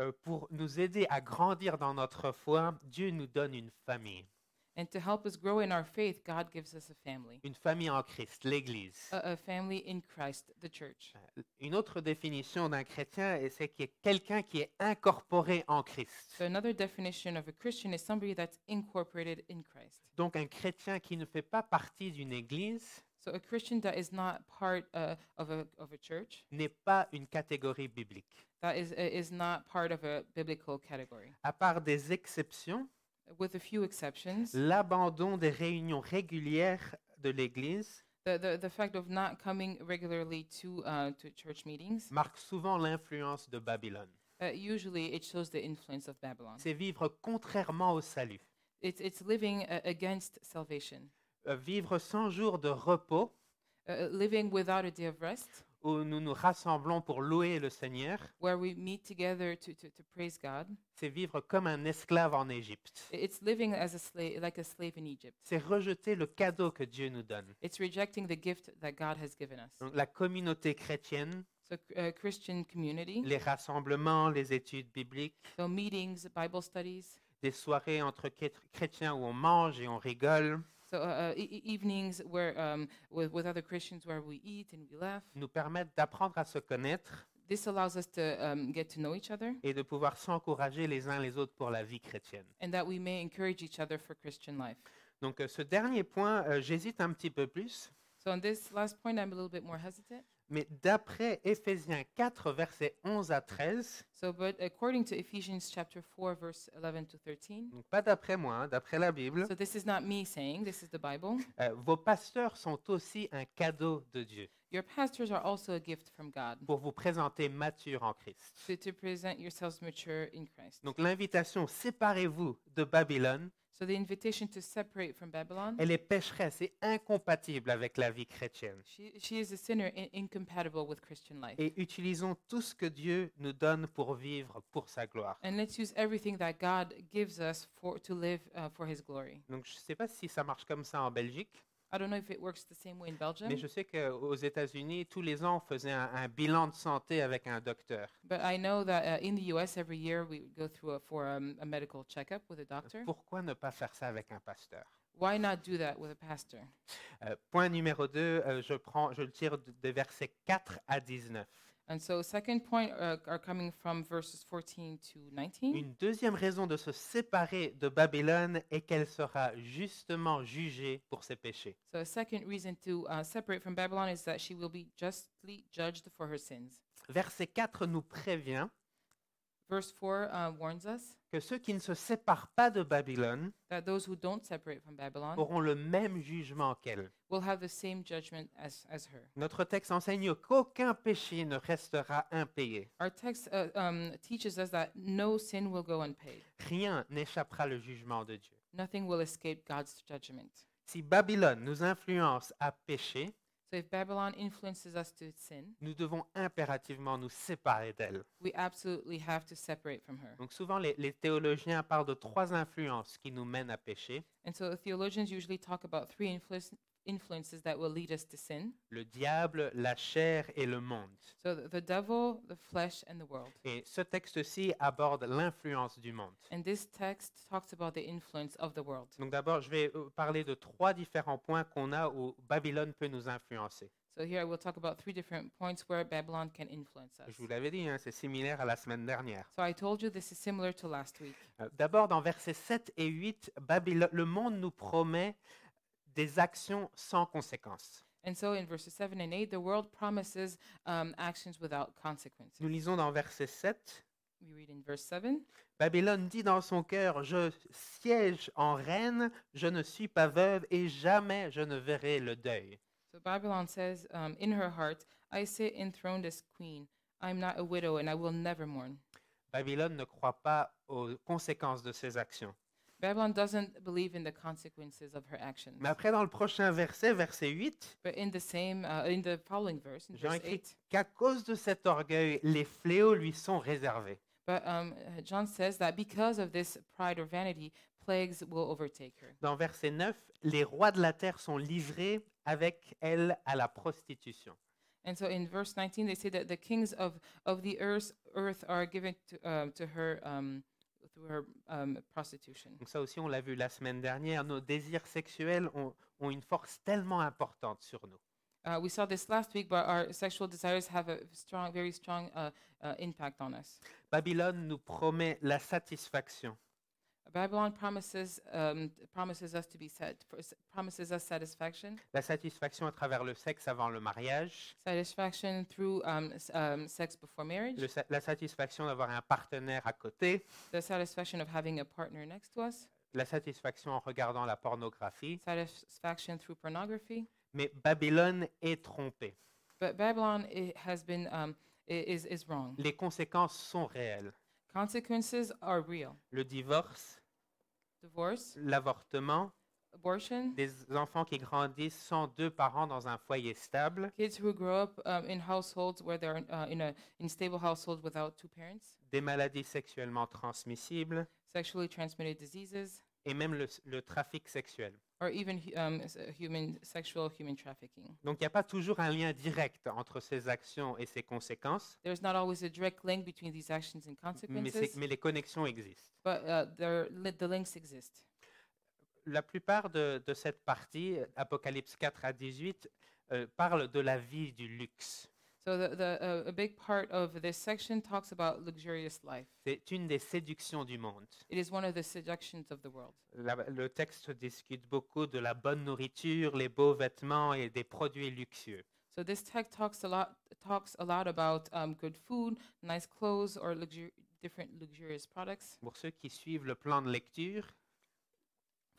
[SPEAKER 3] euh, pour nous aider à grandir dans notre foi, Dieu nous donne une famille,
[SPEAKER 2] and to help us grow in our faith, God gives us a family.
[SPEAKER 3] une famille en Christ, l'Église. Euh,
[SPEAKER 2] A, a family in Christ, the church.
[SPEAKER 3] Une autre définition d'un chrétien, et c'est qu'il y a quelqu'un qui est incorporé en Christ.
[SPEAKER 2] So another definition of a Christian is somebody that's incorporated in Christ.
[SPEAKER 3] Donc un chrétien qui ne fait pas partie d'une Église
[SPEAKER 2] So a Christian that is not part uh, of a of a church,
[SPEAKER 3] n'est pas une catégorie biblique.
[SPEAKER 2] that is uh, is not part of a biblical category,
[SPEAKER 3] À part des exceptions,
[SPEAKER 2] with a few exceptions.
[SPEAKER 3] l'abandon des réunions régulières de l'Église
[SPEAKER 2] The the, the fact of not coming regularly to uh, to church meetings
[SPEAKER 3] marque souvent l'influence de Babylone.
[SPEAKER 2] uh, usually it shows the influence of Babylon.
[SPEAKER 3] C'est vivre contrairement au salut.
[SPEAKER 2] It's it's living uh, against salvation,
[SPEAKER 3] Euh, vivre 100 jours de repos
[SPEAKER 2] uh, living without a day of rest,
[SPEAKER 3] où nous nous rassemblons pour louer le Seigneur,
[SPEAKER 2] where we meet together to to, to praise God.
[SPEAKER 3] c'est vivre comme un esclave en Égypte.
[SPEAKER 2] I- It's living as a slave, like a slave in Egypt.
[SPEAKER 3] C'est rejeter le cadeau que Dieu nous donne.
[SPEAKER 2] It's rejecting the gift that God has given us.
[SPEAKER 3] Donc, la communauté chrétienne,
[SPEAKER 2] So uh, Christian community.
[SPEAKER 3] les rassemblements, les études bibliques,
[SPEAKER 2] So meetings, Bible studies,
[SPEAKER 3] des soirées entre chrét- chrétiens où on mange et on rigole,
[SPEAKER 2] so uh, uh, e- e- evenings where um, with, with other Christians where we eat and we laugh.
[SPEAKER 3] nous permettent d'apprendre à se connaître
[SPEAKER 2] This allows us to um, get to know each other
[SPEAKER 3] et de pouvoir s'encourager les uns les autres pour la vie chrétienne.
[SPEAKER 2] and that we may encourage each other for Christian life.
[SPEAKER 3] Donc euh, ce dernier point, euh, j'hésite un petit peu plus,
[SPEAKER 2] So on this last point, I'm a little bit more hesitant.
[SPEAKER 3] mais d'après Éphésiens 4, versets 11 à 13,
[SPEAKER 2] So, but according to Ephesians chapter 4, verse 11 to 13,
[SPEAKER 3] donc pas d'après moi, hein, d'après la Bible,
[SPEAKER 2] so this is not me saying, this is the Bible.
[SPEAKER 3] euh, vos pasteurs sont aussi un cadeau de Dieu
[SPEAKER 2] Your pastors are also a gift from God
[SPEAKER 3] pour vous présenter mature en Christ.
[SPEAKER 2] to, to present yourselves mature in Christ.
[SPEAKER 3] Donc l'invitation séparez-vous de Babylone,
[SPEAKER 2] So the invitation to separate from Babylon,
[SPEAKER 3] elle est pécheresse et incompatible avec la vie chrétienne.
[SPEAKER 2] she, she is a sinner and incompatible with Christian life.
[SPEAKER 3] Et utilisons tout ce que Dieu nous donne pour vivre pour sa gloire.
[SPEAKER 2] And let's use everything that God gives us for to live uh, for His glory.
[SPEAKER 3] Donc je ne sais pas si ça marche comme ça en Belgique.
[SPEAKER 2] I don't know if it works the same way in Belgium,
[SPEAKER 3] Mais je sais qu'aux États-Unis, tous les ans, on faisait un, un bilan de santé avec un docteur
[SPEAKER 2] but I know that uh, in the U.S. every year we go through a, for um, a medical checkup with a doctor.
[SPEAKER 3] Pourquoi ne pas faire ça avec un pasteur
[SPEAKER 2] Why not do that with a pastor?
[SPEAKER 3] Euh, point numéro 2, je, prends, je le tire de, de versets 4 à 19.
[SPEAKER 2] And so, second point uh, are coming from verses 14 to 19.
[SPEAKER 3] Une deuxième raison de se séparer de Babylone est qu'elle sera justement jugée pour ses péchés.
[SPEAKER 2] So, a second reason to uh, separate from Babylon is that she will be justly judged for her sins.
[SPEAKER 3] Verset 4 nous prévient
[SPEAKER 2] Verse 4 uh, warns us
[SPEAKER 3] que ceux qui ne se séparent pas de Babylone
[SPEAKER 2] that those who don't separate from Babylon
[SPEAKER 3] auront le même jugement qu'elle.
[SPEAKER 2] will have the same judgment as, as her.
[SPEAKER 3] Notre texte enseigne qu'aucun péché ne restera impayé.
[SPEAKER 2] Our text uh, um, teaches us that no sin will go unpaid,
[SPEAKER 3] Rien n'échappera le jugement de Dieu.
[SPEAKER 2] nothing will escape God's judgment.
[SPEAKER 3] Si Babylone nous influence à pécher,
[SPEAKER 2] So, if Babylon influences us to sin,
[SPEAKER 3] nous devons impérativement nous séparer d'elle.
[SPEAKER 2] we absolutely have to separate from her.
[SPEAKER 3] Donc souvent, les, les théologiens parlent de trois influences qui nous mènent à pécher.
[SPEAKER 2] And so theologians usually talk about three influence, influences that will lead us to sin.
[SPEAKER 3] Le diable, la chair et le monde.
[SPEAKER 2] So the, the devil, the flesh, and the world.
[SPEAKER 3] Et ce texte-ci aborde l'influence du monde.
[SPEAKER 2] And this text talks about the influence of the world.
[SPEAKER 3] Donc d'abord, je vais euh, parler de trois différents points qu'on a où Babylone peut nous influencer.
[SPEAKER 2] So here I will talk about three different points where Babylon can influence us.
[SPEAKER 3] Je vous l'avais dit, hein, c'est similaire à la semaine dernière.
[SPEAKER 2] So I told you this is similar to last week.
[SPEAKER 3] Euh, D'abord, dans versets 7 et 8, Babylo- le monde nous promet des actions sans conséquences.
[SPEAKER 2] And so in verses 7 and 8, the world promises um, actions without consequences.
[SPEAKER 3] Nous lisons dans verset 7,
[SPEAKER 2] We read in verse 7
[SPEAKER 3] Babylone dit dans son cœur, je siège en reine, je ne suis pas veuve et jamais je ne verrai le deuil.
[SPEAKER 2] So Babylon says um, in her heart, I sit enthroned as queen. I am not a widow and I will never mourn.
[SPEAKER 3] Babylone ne croit pas aux conséquences de ses actions.
[SPEAKER 2] Babylon doesn't believe in the consequences of her actions.
[SPEAKER 3] Mais après, dans le prochain verset, verset 8,
[SPEAKER 2] But in the same, uh, in the following verse, in
[SPEAKER 3] Jean
[SPEAKER 2] verse
[SPEAKER 3] écrit
[SPEAKER 2] 8,
[SPEAKER 3] qu'à cause de cet orgueil, les fléaux lui sont réservés.
[SPEAKER 2] but um, uh, John says that because of this pride or vanity, plagues will overtake her.
[SPEAKER 3] Dans verset 9, les rois de la terre sont livrés avec elle à la prostitution.
[SPEAKER 2] And so in verse 19, they say that the kings of, of the earth, earth are given to, um, to her um, through her um, prostitution.
[SPEAKER 3] Donc ça aussi, on l'a vu la semaine dernière, nos désirs sexuels ont, ont une force tellement importante sur nous.
[SPEAKER 2] Uh, we saw this last week, but our sexual desires have a strong, very strong uh, uh, impact on us.
[SPEAKER 3] Babylone nous promet la satisfaction,
[SPEAKER 2] Babylon promises, um, promises us to be set, promises us satisfaction.
[SPEAKER 3] la satisfaction à travers le sexe avant le mariage,
[SPEAKER 2] satisfaction through um, s- um, sex before marriage,
[SPEAKER 3] le sa- la satisfaction d'avoir un partenaire à côté,
[SPEAKER 2] the satisfaction of having a partner next to us,
[SPEAKER 3] la satisfaction en regardant la pornographie.
[SPEAKER 2] satisfaction through pornography.
[SPEAKER 3] Mais Babylone est trompée.
[SPEAKER 2] But Babylon i has been um, i- is is wrong.
[SPEAKER 3] Les conséquences sont réelles.
[SPEAKER 2] Consequences are real:
[SPEAKER 3] Le divorce,
[SPEAKER 2] divorce,
[SPEAKER 3] l'avortement,
[SPEAKER 2] abortion,
[SPEAKER 3] des enfants qui grandissent sans deux parents dans un foyer stable,
[SPEAKER 2] kids who grow up um, in households where they're uh, in a unstable household without two parents,
[SPEAKER 3] des maladies sexuellement transmissibles
[SPEAKER 2] sexually transmitted diseases,
[SPEAKER 3] et même le, s- le trafic sexuel.
[SPEAKER 2] or even hu- um, s- uh, human sexual human trafficking.
[SPEAKER 3] Donc il n'y a pas toujours un lien direct entre ces actions et ces conséquences,
[SPEAKER 2] There's not always a direct link between these actions and
[SPEAKER 3] mais,
[SPEAKER 2] consequences,
[SPEAKER 3] c'est- mais les connexions existent.
[SPEAKER 2] but uh, there, li- the links exist.
[SPEAKER 3] La plupart de, de cette partie, euh, Apocalypse 4 à 18, euh, parle de la vie du luxe.
[SPEAKER 2] So the, the uh, a big part of this section talks about luxurious life.
[SPEAKER 3] C'est une des séductions du monde.
[SPEAKER 2] It is one of the seductions of the world.
[SPEAKER 3] La- le texte discute beaucoup de la bonne nourriture, les beaux vêtements et des produits luxueux.
[SPEAKER 2] So this text talks a lot talks a lot about um, good food, nice clothes, or luxur- different luxurious products.
[SPEAKER 3] Pour ceux qui suivent le plan de lecture,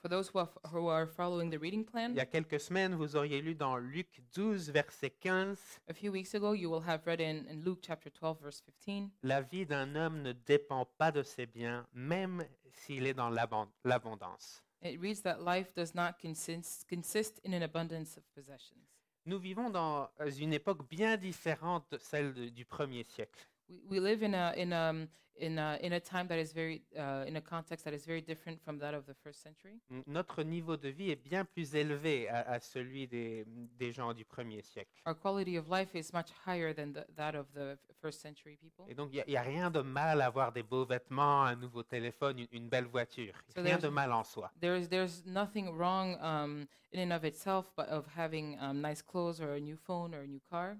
[SPEAKER 2] For those who are, f- who are following the reading
[SPEAKER 3] il y
[SPEAKER 2] plan,
[SPEAKER 3] a quelques semaines, vous auriez lu dans Luc 12, verset 15,
[SPEAKER 2] a few weeks ago you will have read in, in Luke chapter 12 verse 15
[SPEAKER 3] La vie d'un homme ne dépend pas de ses biens, même s'il est dans l'abon- l'abondance.
[SPEAKER 2] it reads that life does not consist consist in an abundance of possessions.
[SPEAKER 3] Nous vivons dans une époque bien différente de celle de- du premier siècle.
[SPEAKER 2] We, we live in a in a in a in a time that is very uh, in a context that is very different from that of the first century.
[SPEAKER 3] N- Notre niveau de vie est bien plus élevé à, à celui des, des gens du premier siècle.
[SPEAKER 2] Our quality of life is much higher than the, that of the f- first century people.
[SPEAKER 3] Et donc, il n'y a, rien de mal à avoir des beaux vêtements, un nouveau téléphone, une, une belle voiture.
[SPEAKER 2] So
[SPEAKER 3] rien
[SPEAKER 2] there's-
[SPEAKER 3] de mal en soi.
[SPEAKER 2] There's there's nothing wrong um, in and of itself, but of having um, nice clothes or a new phone or a new car.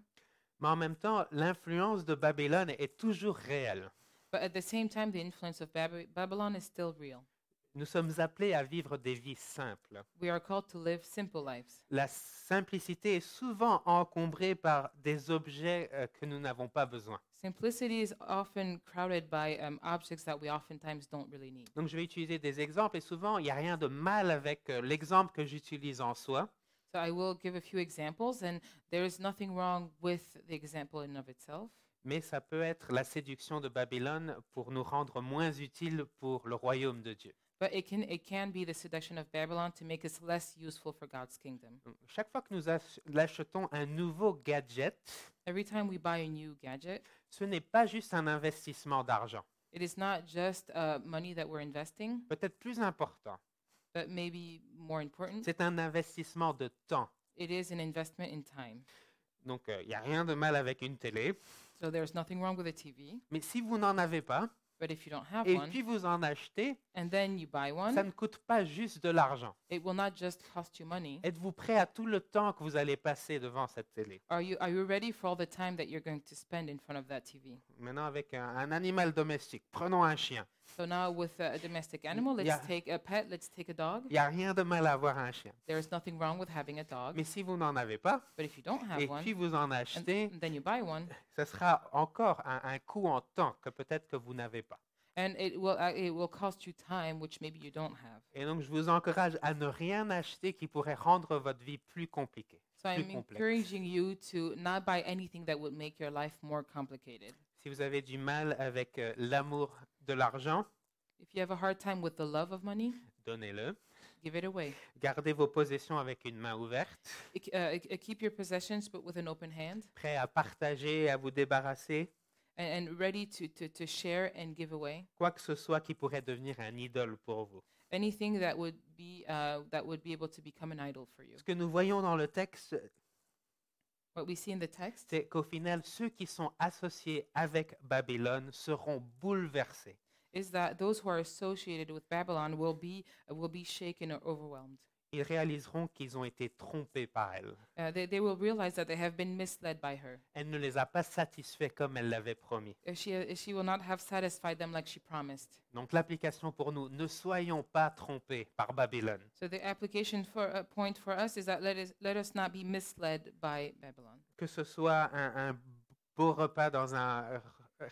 [SPEAKER 3] Mais en même temps, l'influence de Babylone est toujours réelle.
[SPEAKER 2] But at the same time, the influence of Bab- Babylon is still real.
[SPEAKER 3] Nous sommes appelés à vivre des vies simples.
[SPEAKER 2] We are called to live simple lives.
[SPEAKER 3] La simplicité est souvent encombrée par des objets euh, que nous n'avons pas besoin.
[SPEAKER 2] Simplicity is often crowded by um, objects that we oftentimes don't really need.
[SPEAKER 3] Donc, je vais utiliser des exemples et souvent, il n'y a rien de mal avec euh, l'exemple que j'utilise en soi.
[SPEAKER 2] So I will give a few examples, and there is nothing wrong with the example in of itself.
[SPEAKER 3] mais ça peut être la séduction de Babylone pour nous rendre moins utiles pour le royaume de Dieu.
[SPEAKER 2] But it can it can be the seduction of Babylon to make us less useful for God's kingdom.
[SPEAKER 3] Donc, Chaque fois que nous ach- achetons un nouveau gadget,
[SPEAKER 2] Every time we buy a new gadget,
[SPEAKER 3] ce n'est pas juste un investissement d'argent,
[SPEAKER 2] it is not just uh, money that we're investing,
[SPEAKER 3] peut-être plus important,
[SPEAKER 2] but maybe more important,
[SPEAKER 3] c'est un investissement de temps.
[SPEAKER 2] it is an investment in time.
[SPEAKER 3] Donc euh, il n'y a rien de mal avec une télé,
[SPEAKER 2] So there's nothing wrong with a TV,
[SPEAKER 3] mais si vous n'en avez pas
[SPEAKER 2] but if you don't have
[SPEAKER 3] et
[SPEAKER 2] one
[SPEAKER 3] puis vous en achetez,
[SPEAKER 2] and then you buy
[SPEAKER 3] ça
[SPEAKER 2] one,
[SPEAKER 3] ne coûte pas juste de l'argent.
[SPEAKER 2] it will not just cost you money.
[SPEAKER 3] Êtes-vous prêt à tout le temps que vous allez passer devant cette télé
[SPEAKER 2] Are you are you ready for all the time that you're going to spend in front of that TV?
[SPEAKER 3] Maintenant avec un- un animal domestique, prenons un chien.
[SPEAKER 2] So now with a, a domestic animal, let's
[SPEAKER 3] Yeah.
[SPEAKER 2] take a pet, let's take a dog.
[SPEAKER 3] Il n'y a rien de mal à avoir un chien.
[SPEAKER 2] There is nothing wrong with having a dog,
[SPEAKER 3] Mais si vous n'en avez pas,
[SPEAKER 2] but if you don't have
[SPEAKER 3] et
[SPEAKER 2] one,
[SPEAKER 3] puis vous en
[SPEAKER 2] and,
[SPEAKER 3] achetez,
[SPEAKER 2] and then you buy one,
[SPEAKER 3] ce sera encore un, un coût en temps que peut-être que vous n'avez pas.
[SPEAKER 2] and it will uh, it will cost you time, which maybe you don't have.
[SPEAKER 3] Et donc, je vous encourage à ne rien acheter qui pourrait rendre votre vie plus compliquée.
[SPEAKER 2] So
[SPEAKER 3] Plus
[SPEAKER 2] I'm
[SPEAKER 3] complexe.
[SPEAKER 2] encouraging you to not buy anything that would make your life more complicated.
[SPEAKER 3] Si vous avez du mal avec euh, l'amour de l'argent,
[SPEAKER 2] If you have a hard time with the love of money,
[SPEAKER 3] donnez-le.
[SPEAKER 2] give it away.
[SPEAKER 3] Gardez vos possessions avec une main ouverte,
[SPEAKER 2] Ik- uh, ik- uh, keep your possessions, but with an open hand,
[SPEAKER 3] prêt à partager, à vous débarrasser,
[SPEAKER 2] and, and ready to, to to share and give away
[SPEAKER 3] quoi que ce soit qui pourrait devenir un idole pour vous.
[SPEAKER 2] anything that would be uh, that would be able to become an idol for you.
[SPEAKER 3] Ce que nous voyons dans le texte,
[SPEAKER 2] What we see in the text
[SPEAKER 3] c'est qu'au final, ceux qui sont associés avec Babylone seront bouleversés.
[SPEAKER 2] is that those who are associated with Babylon will be will be shaken or overwhelmed.
[SPEAKER 3] ils réaliseront qu'ils ont été trompés par elle.
[SPEAKER 2] Uh, they, they will realize that they have been misled by her.
[SPEAKER 3] Elle ne les a pas satisfaits comme elle l'avait promis.
[SPEAKER 2] Uh, She, uh, she will not have satisfied them like she promised.
[SPEAKER 3] Donc l'application pour nous, ne soyons pas trompés par Babylone.
[SPEAKER 2] So the application for uh, point for us is that let us, let us not be misled by Babylon.
[SPEAKER 3] Que ce soit un, un beau repas dans un r-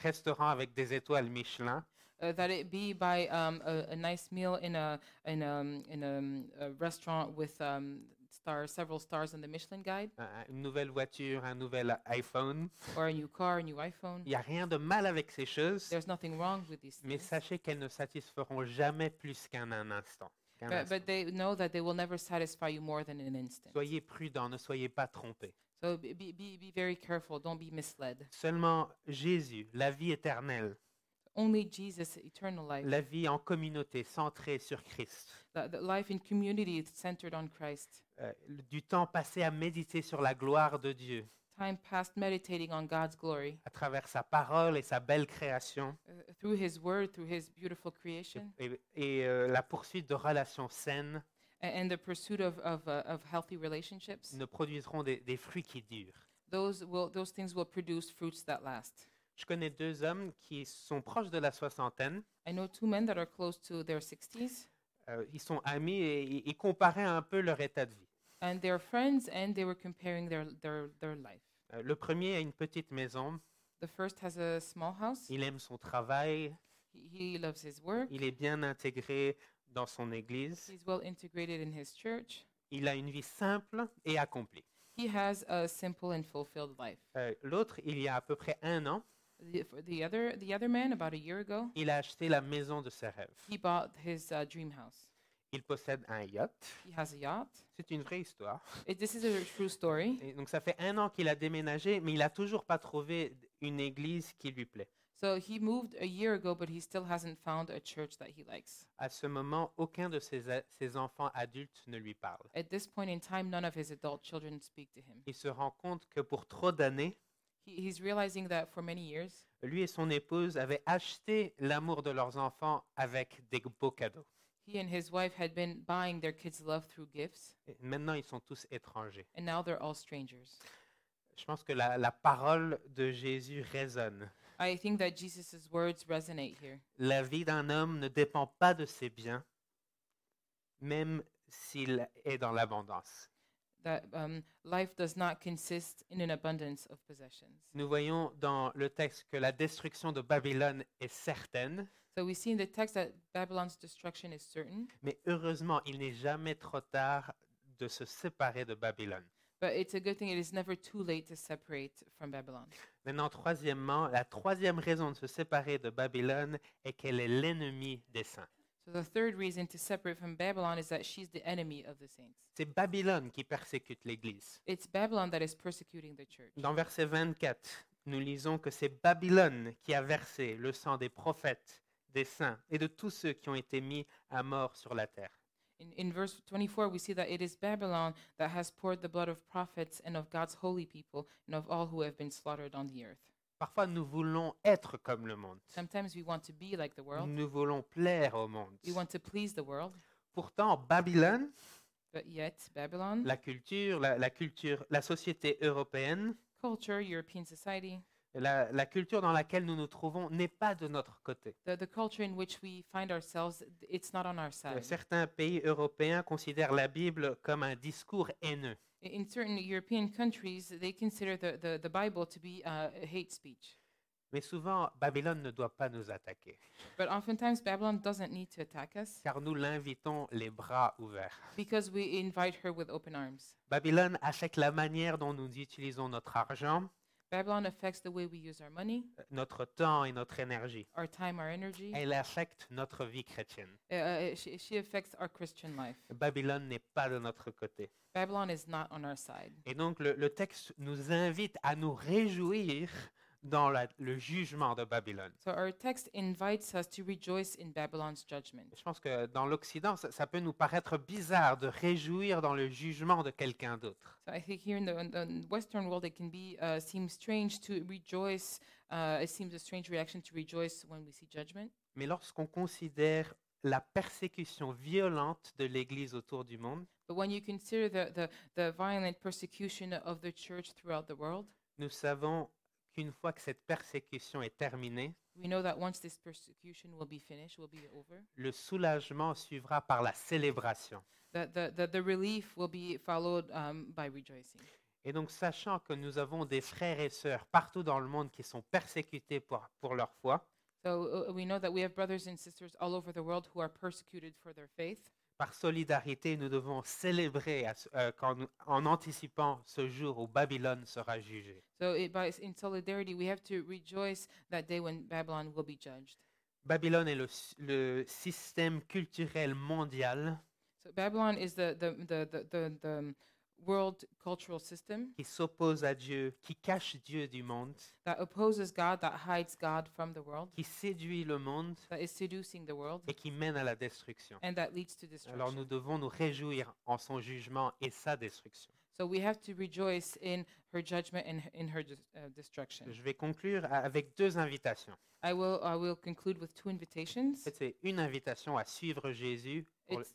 [SPEAKER 3] restaurant avec des étoiles Michelin,
[SPEAKER 2] Uh, that it be by um, a, a nice meal in a in a, in a, um, a restaurant with um, stars, several stars on the Michelin guide,
[SPEAKER 3] un- un- une nouvelle voiture, un nouvel iPhone,
[SPEAKER 2] or a new car, a new iPhone.
[SPEAKER 3] il n'y a rien de mal avec ces choses,
[SPEAKER 2] There's nothing wrong with these
[SPEAKER 3] mais
[SPEAKER 2] things.
[SPEAKER 3] sachez qu'elles ne satisferont jamais plus qu'un un instant. qu'un
[SPEAKER 2] But,
[SPEAKER 3] instant.
[SPEAKER 2] but they know that they will never satisfy you more than an instant.
[SPEAKER 3] Soyez prudents, ne soyez pas trompés.
[SPEAKER 2] So be, be, be be very careful. Don't be misled.
[SPEAKER 3] Seulement Jésus, la vie éternelle,
[SPEAKER 2] Only Jesus, eternal life,
[SPEAKER 3] la vie en communauté, centrée sur Christ,
[SPEAKER 2] the, the life in community is centered on Christ.
[SPEAKER 3] euh, le- du temps passé à méditer sur la gloire de Dieu
[SPEAKER 2] Time passed meditating on God's glory
[SPEAKER 3] à travers sa parole et sa belle création,
[SPEAKER 2] uh, through His Word, through His beautiful creation,
[SPEAKER 3] et, et, euh, la poursuite de relations saines
[SPEAKER 2] a- and the pursuit of, of, uh, of healthy relationships.
[SPEAKER 3] ne produiront des, des fruits qui durent.
[SPEAKER 2] Those, will, those things will produce fruits that last.
[SPEAKER 3] Je connais deux hommes qui sont proches de la soixantaine.
[SPEAKER 2] I know two men that are close to their 60s,
[SPEAKER 3] euh, ils sont amis et ils- ils comparaient un peu leur état de vie.
[SPEAKER 2] and they're friends, and they were comparing their, their, their life.
[SPEAKER 3] Euh, le premier a une petite maison,
[SPEAKER 2] The first has a small house.
[SPEAKER 3] il aime son travail,
[SPEAKER 2] He, he loves his work.
[SPEAKER 3] il est bien intégré dans son église,
[SPEAKER 2] He's well integrated in his church.
[SPEAKER 3] il a une vie simple et accomplie.
[SPEAKER 2] He has a simple and fulfilled life.
[SPEAKER 3] Euh, L'autre, il y a à peu près un an,
[SPEAKER 2] The, for the other, the other man, about a year ago,
[SPEAKER 3] il a acheté la maison de ses rêves.
[SPEAKER 2] he bought his uh, dream house.
[SPEAKER 3] Il possède un yacht.
[SPEAKER 2] He has a yacht.
[SPEAKER 3] C'est une vraie histoire.
[SPEAKER 2] It, this is a true story.
[SPEAKER 3] Et donc ça fait un an qu'il a déménagé, mais il n'a toujours pas trouvé d- une église qui lui plaît.
[SPEAKER 2] So he moved a year ago, but he still hasn't found a church that he likes.
[SPEAKER 3] À ce moment, aucun de ses, a- ses enfants adultes ne lui parle.
[SPEAKER 2] At this point in time, none of his adult children speak to him.
[SPEAKER 3] Il se rend compte que pour trop d'années,
[SPEAKER 2] He, he's realizing that for many years,
[SPEAKER 3] lui et son épouse avaient acheté l'amour de leurs enfants avec des beaux cadeaux.
[SPEAKER 2] he and his wife had been buying their kids' love through gifts,
[SPEAKER 3] Et maintenant, ils sont tous étrangers.
[SPEAKER 2] and now they're all strangers.
[SPEAKER 3] Je pense que la, la parole de Jésus résonne.
[SPEAKER 2] I think that Jesus' words resonate here.
[SPEAKER 3] La vie d'un homme ne dépend pas de ses biens, même s'il est dans l'abondance.
[SPEAKER 2] That um, life does not consist in an abundance of possessions.
[SPEAKER 3] Nous voyons dans le texte que la destruction de Babylone est certaine,
[SPEAKER 2] So we see in the text that Babylon's destruction is certain,
[SPEAKER 3] mais heureusement, il n'est jamais trop tard de se séparer de Babylone.
[SPEAKER 2] but it's a good thing it is never too late to separate from Babylon.
[SPEAKER 3] Maintenant, troisièmement, la troisième raison de se séparer de Babylone est qu'elle est l'ennemi des saints.
[SPEAKER 2] So the third reason to separate from Babylon is that she's the enemy of the saints.
[SPEAKER 3] C'est Babylone qui persécute l'Église.
[SPEAKER 2] It's Babylon that is persecuting the church.
[SPEAKER 3] Dans verset 24, nous lisons que c'est Babylone qui a versé le sang des prophètes, des saints et de tous ceux qui ont été mis à mort sur la terre.
[SPEAKER 2] In, in verse 24, we see that it is Babylon that has poured the blood of prophets and of God's holy people and of all who have been slaughtered on the earth.
[SPEAKER 3] Parfois, nous voulons être comme le monde.
[SPEAKER 2] Sometimes we want to be like the world,
[SPEAKER 3] Nous voulons plaire au monde.
[SPEAKER 2] we want to please the world,
[SPEAKER 3] Pourtant, Babylone,
[SPEAKER 2] but yet Babylon,
[SPEAKER 3] la culture, la, la culture, la société européenne,
[SPEAKER 2] culture, European society,
[SPEAKER 3] la, la culture dans laquelle nous nous trouvons n'est pas de notre côté.
[SPEAKER 2] the, the culture in which we find ourselves, th- it's not on our
[SPEAKER 3] Euh,
[SPEAKER 2] side.
[SPEAKER 3] Certains pays européens considèrent la Bible comme un discours haineux.
[SPEAKER 2] I- In certain European countries, they consider the, the, the Bible to be uh, hate speech.
[SPEAKER 3] Mais souvent, Babylone ne doit pas nous attaquer,
[SPEAKER 2] But oftentimes, Babylon doesn't need to attack us
[SPEAKER 3] car nous l'invitons les bras ouverts.
[SPEAKER 2] because we invite her with open arms.
[SPEAKER 3] Babylone affecte la manière dont nous utilisons notre argent,
[SPEAKER 2] Babylon affects the way we use our money,
[SPEAKER 3] euh, notre temps et notre énergie.
[SPEAKER 2] our time, our energy.
[SPEAKER 3] Elle affecte notre vie chrétienne.
[SPEAKER 2] Uh, uh, she, she affects our Christian life.
[SPEAKER 3] Babylone n'est pas de notre côté.
[SPEAKER 2] Babylon is not on our side.
[SPEAKER 3] Et donc, le, le texte nous invite à nous réjouir dans la- le jugement de Babylone.
[SPEAKER 2] So our text invites us to rejoice in Babylon's judgment.
[SPEAKER 3] Je pense que dans l'Occident, ça, ça peut nous paraître bizarre de réjouir dans le jugement de quelqu'un d'autre.
[SPEAKER 2] So I think here in the, in the Western world, it can be uh, seem strange to rejoice. Uh, it seems a strange reaction to rejoice when we see judgment.
[SPEAKER 3] Mais lorsqu'on considère la persécution violente de l'Église autour du monde,
[SPEAKER 2] But when you consider the, the, the violent persecution of the church throughout the world,
[SPEAKER 3] nous savons qu'une fois que cette persécution est terminée,
[SPEAKER 2] we know that once this persecution will be finished, will be over,
[SPEAKER 3] le soulagement suivra par la célébration.
[SPEAKER 2] that the, the, the relief will be followed um, by rejoicing.
[SPEAKER 3] Et donc, sachant que nous avons des frères et sœurs partout dans le monde qui sont persécutés pour, pour leur foi,
[SPEAKER 2] So uh, we know that we have brothers and sisters all over the world who are persecuted for their faith.
[SPEAKER 3] par solidarité, nous devons célébrer à ce- euh, quand nous- en anticipant ce jour où Babylone sera jugée.
[SPEAKER 2] So it, by, in solidarity, we have to rejoice that day when Babylon will be judged.
[SPEAKER 3] Babylone est le, s- le système culturel mondial
[SPEAKER 2] So Babylon is the, the, the, the, the, the um, world cultural system
[SPEAKER 3] qui s'oppose à Dieu, qui cache Dieu du monde,
[SPEAKER 2] that opposes God, that hides God from the world,
[SPEAKER 3] qui séduit le monde
[SPEAKER 2] that is seducing the world,
[SPEAKER 3] et qui mène à la destruction.
[SPEAKER 2] and that leads to
[SPEAKER 3] Alors
[SPEAKER 2] destruction.
[SPEAKER 3] nous devons nous réjouir en son jugement et sa destruction.
[SPEAKER 2] So we have to rejoice in her judgment and h- in her des- uh, destruction.
[SPEAKER 3] Je vais conclure a- avec deux invitations.
[SPEAKER 2] I will, I will conclude with two
[SPEAKER 3] En
[SPEAKER 2] invitations.
[SPEAKER 3] fait, c'est une invitation à suivre Jésus. pour le-
[SPEAKER 2] It's,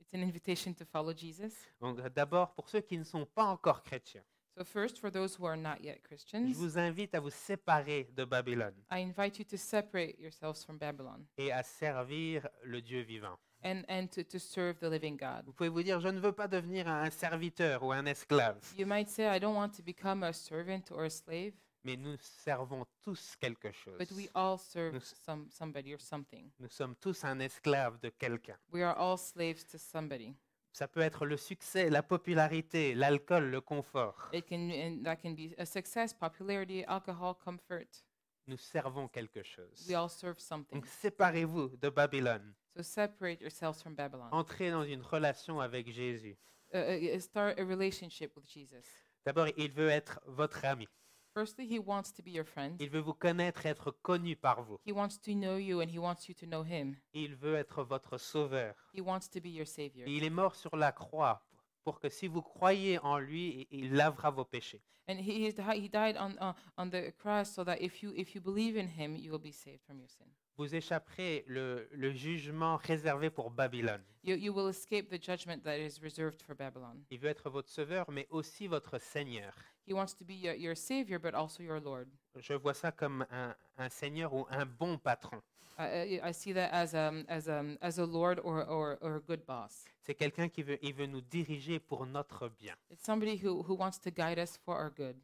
[SPEAKER 2] it's an invitation to follow Jesus.
[SPEAKER 3] Donc, euh, D'abord, pour ceux qui ne sont pas encore chrétiens,
[SPEAKER 2] So, first, for those who are not yet
[SPEAKER 3] je
[SPEAKER 2] Christians,
[SPEAKER 3] vous invite à vous séparer de Babylone
[SPEAKER 2] I invite you to separate yourselves from Babylon
[SPEAKER 3] et à servir le Dieu vivant.
[SPEAKER 2] and, and to, to serve the living God.
[SPEAKER 3] Vous pouvez vous dire, je ne veux pas devenir un serviteur ou un esclave,
[SPEAKER 2] You might say, I don't want to become a servant or a slave,
[SPEAKER 3] mais nous servons tous quelque chose.
[SPEAKER 2] but we all serve
[SPEAKER 3] Yes.
[SPEAKER 2] some, somebody or something.
[SPEAKER 3] Nous sommes tous un esclave de quelqu'un.
[SPEAKER 2] We are all slaves to somebody.
[SPEAKER 3] Ça peut être le succès, la popularité, l'alcool, le confort.
[SPEAKER 2] It can, and that can be a success, popularity, alcohol, comfort.
[SPEAKER 3] Nous servons quelque chose.
[SPEAKER 2] We all serve something.
[SPEAKER 3] Donc séparez-vous de Babylone.
[SPEAKER 2] So separate yourselves from Babylon. Uh,
[SPEAKER 3] Entrez dans une relation avec Jésus.
[SPEAKER 2] uh, uh, start a relationship with Jesus.
[SPEAKER 3] D'abord, il veut être votre ami.
[SPEAKER 2] Firstly, he wants to be your friend.
[SPEAKER 3] Il veut vous connaître et être connu par vous.
[SPEAKER 2] He wants to know you and he wants you to know him.
[SPEAKER 3] Il veut être votre sauveur.
[SPEAKER 2] He wants to be your savior.
[SPEAKER 3] Et il est mort sur la croix pour que si vous croyez en lui, il- il lavera vos péchés.
[SPEAKER 2] And he, is di- he died on, uh, on the cross so that if you, if you believe in him, you will be saved from your sin.
[SPEAKER 3] Vous échapperez le, le jugement réservé pour Babylone.
[SPEAKER 2] You, you will escape the judgment that is reserved for Babylon.
[SPEAKER 3] Il veut être votre sauveur, mais aussi votre Seigneur.
[SPEAKER 2] He wants to be your, your savior, but also your Lord.
[SPEAKER 3] Je vois ça comme un, un Seigneur ou un bon patron.
[SPEAKER 2] I, I, I see that as, um, as, um, as a Lord or, or, or a good boss.
[SPEAKER 3] C'est quelqu'un qui veut, il veut nous diriger pour notre bien.
[SPEAKER 2] It's somebody who, who wants to guide us for our good,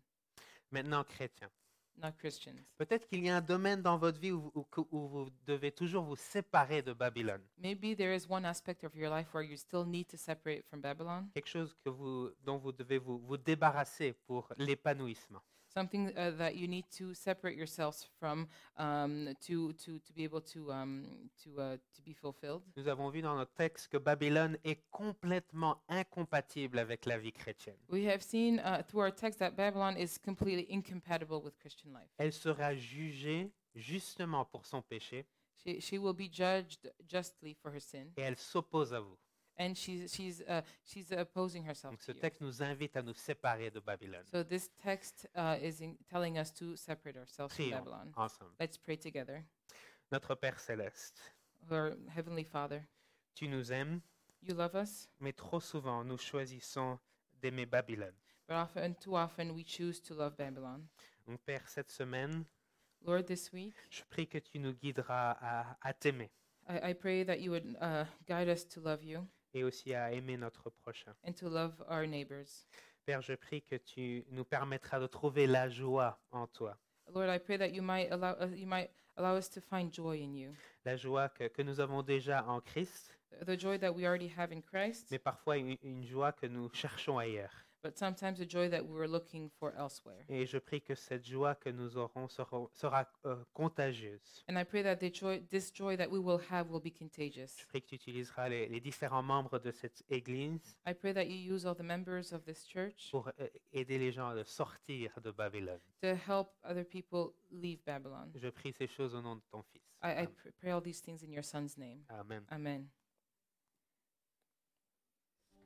[SPEAKER 3] Maintenant, chrétien,
[SPEAKER 2] not Christians.
[SPEAKER 3] peut-être qu'il y a un domaine dans votre vie où, vous- où- où vous devez toujours vous séparer de Babylone.
[SPEAKER 2] Maybe there is one aspect of your life where you still need to separate from Babylon,
[SPEAKER 3] Quelque chose que vous, dont vous devez vous, vous débarrasser pour l'épanouissement.
[SPEAKER 2] something uh, that you need to separate yourselves from um, to, to, to be able to, um, to, uh, to be fulfilled.
[SPEAKER 3] Nous avons vu dans notre texte que Babylone est complètement incompatible avec la vie chrétienne.
[SPEAKER 2] We have seen uh, through our text that Babylon is completely incompatible with Christian life.
[SPEAKER 3] Elle sera jugée justement pour son péché
[SPEAKER 2] She, she will be judged justly for her sin,
[SPEAKER 3] et elle s'oppose à vous.
[SPEAKER 2] and she's, she's, uh, she's opposing herself
[SPEAKER 3] Donc ce
[SPEAKER 2] to you.
[SPEAKER 3] texte nous invite à nous séparer de Babylone.
[SPEAKER 2] So this text uh, is in telling us to separate ourselves from
[SPEAKER 3] Prions
[SPEAKER 2] Babylon.
[SPEAKER 3] ensemble.
[SPEAKER 2] Let's pray together.
[SPEAKER 3] Notre Père céleste,
[SPEAKER 2] Our Heavenly Father,
[SPEAKER 3] tu nous aimes,
[SPEAKER 2] you love us,
[SPEAKER 3] mais trop souvent nous choisissons d'aimer Babylone.
[SPEAKER 2] but often, too often, we choose to love Babylon.
[SPEAKER 3] Mon Père, cette semaine,
[SPEAKER 2] Lord, this week,
[SPEAKER 3] je prie que tu nous guideras à, à t'aimer
[SPEAKER 2] I, I pray that you would uh, guide us to love you
[SPEAKER 3] et aussi à aimer notre prochain.
[SPEAKER 2] and to love our neighbors.
[SPEAKER 3] Père, je prie que tu nous permettras de trouver la joie en toi,
[SPEAKER 2] Lord, I pray that you might allow uh, you might allow us to find joy in you,
[SPEAKER 3] la joie que, que nous avons déjà en Christ,
[SPEAKER 2] the joy that we already have in Christ,
[SPEAKER 3] mais parfois une, une joie que nous cherchons ailleurs.
[SPEAKER 2] but sometimes the joy that we were looking for elsewhere.
[SPEAKER 3] Et je prie que cette joie que nous aurons sera, sera, euh, contagieuse.
[SPEAKER 2] And I pray that the joy, this joy that we will have, will be contagious.
[SPEAKER 3] Je prie que tu utiliseras les, les différents membres de cette Église
[SPEAKER 2] I pray that you use all the members of this church
[SPEAKER 3] pour euh, aider les gens à sortir de Babylone.
[SPEAKER 2] to help other people leave Babylon.
[SPEAKER 3] Je prie ces choses au nom de ton Fils.
[SPEAKER 2] I, I
[SPEAKER 3] Amen.
[SPEAKER 2] pr- pray all these things in your son's name.
[SPEAKER 3] Amen.
[SPEAKER 2] Amen.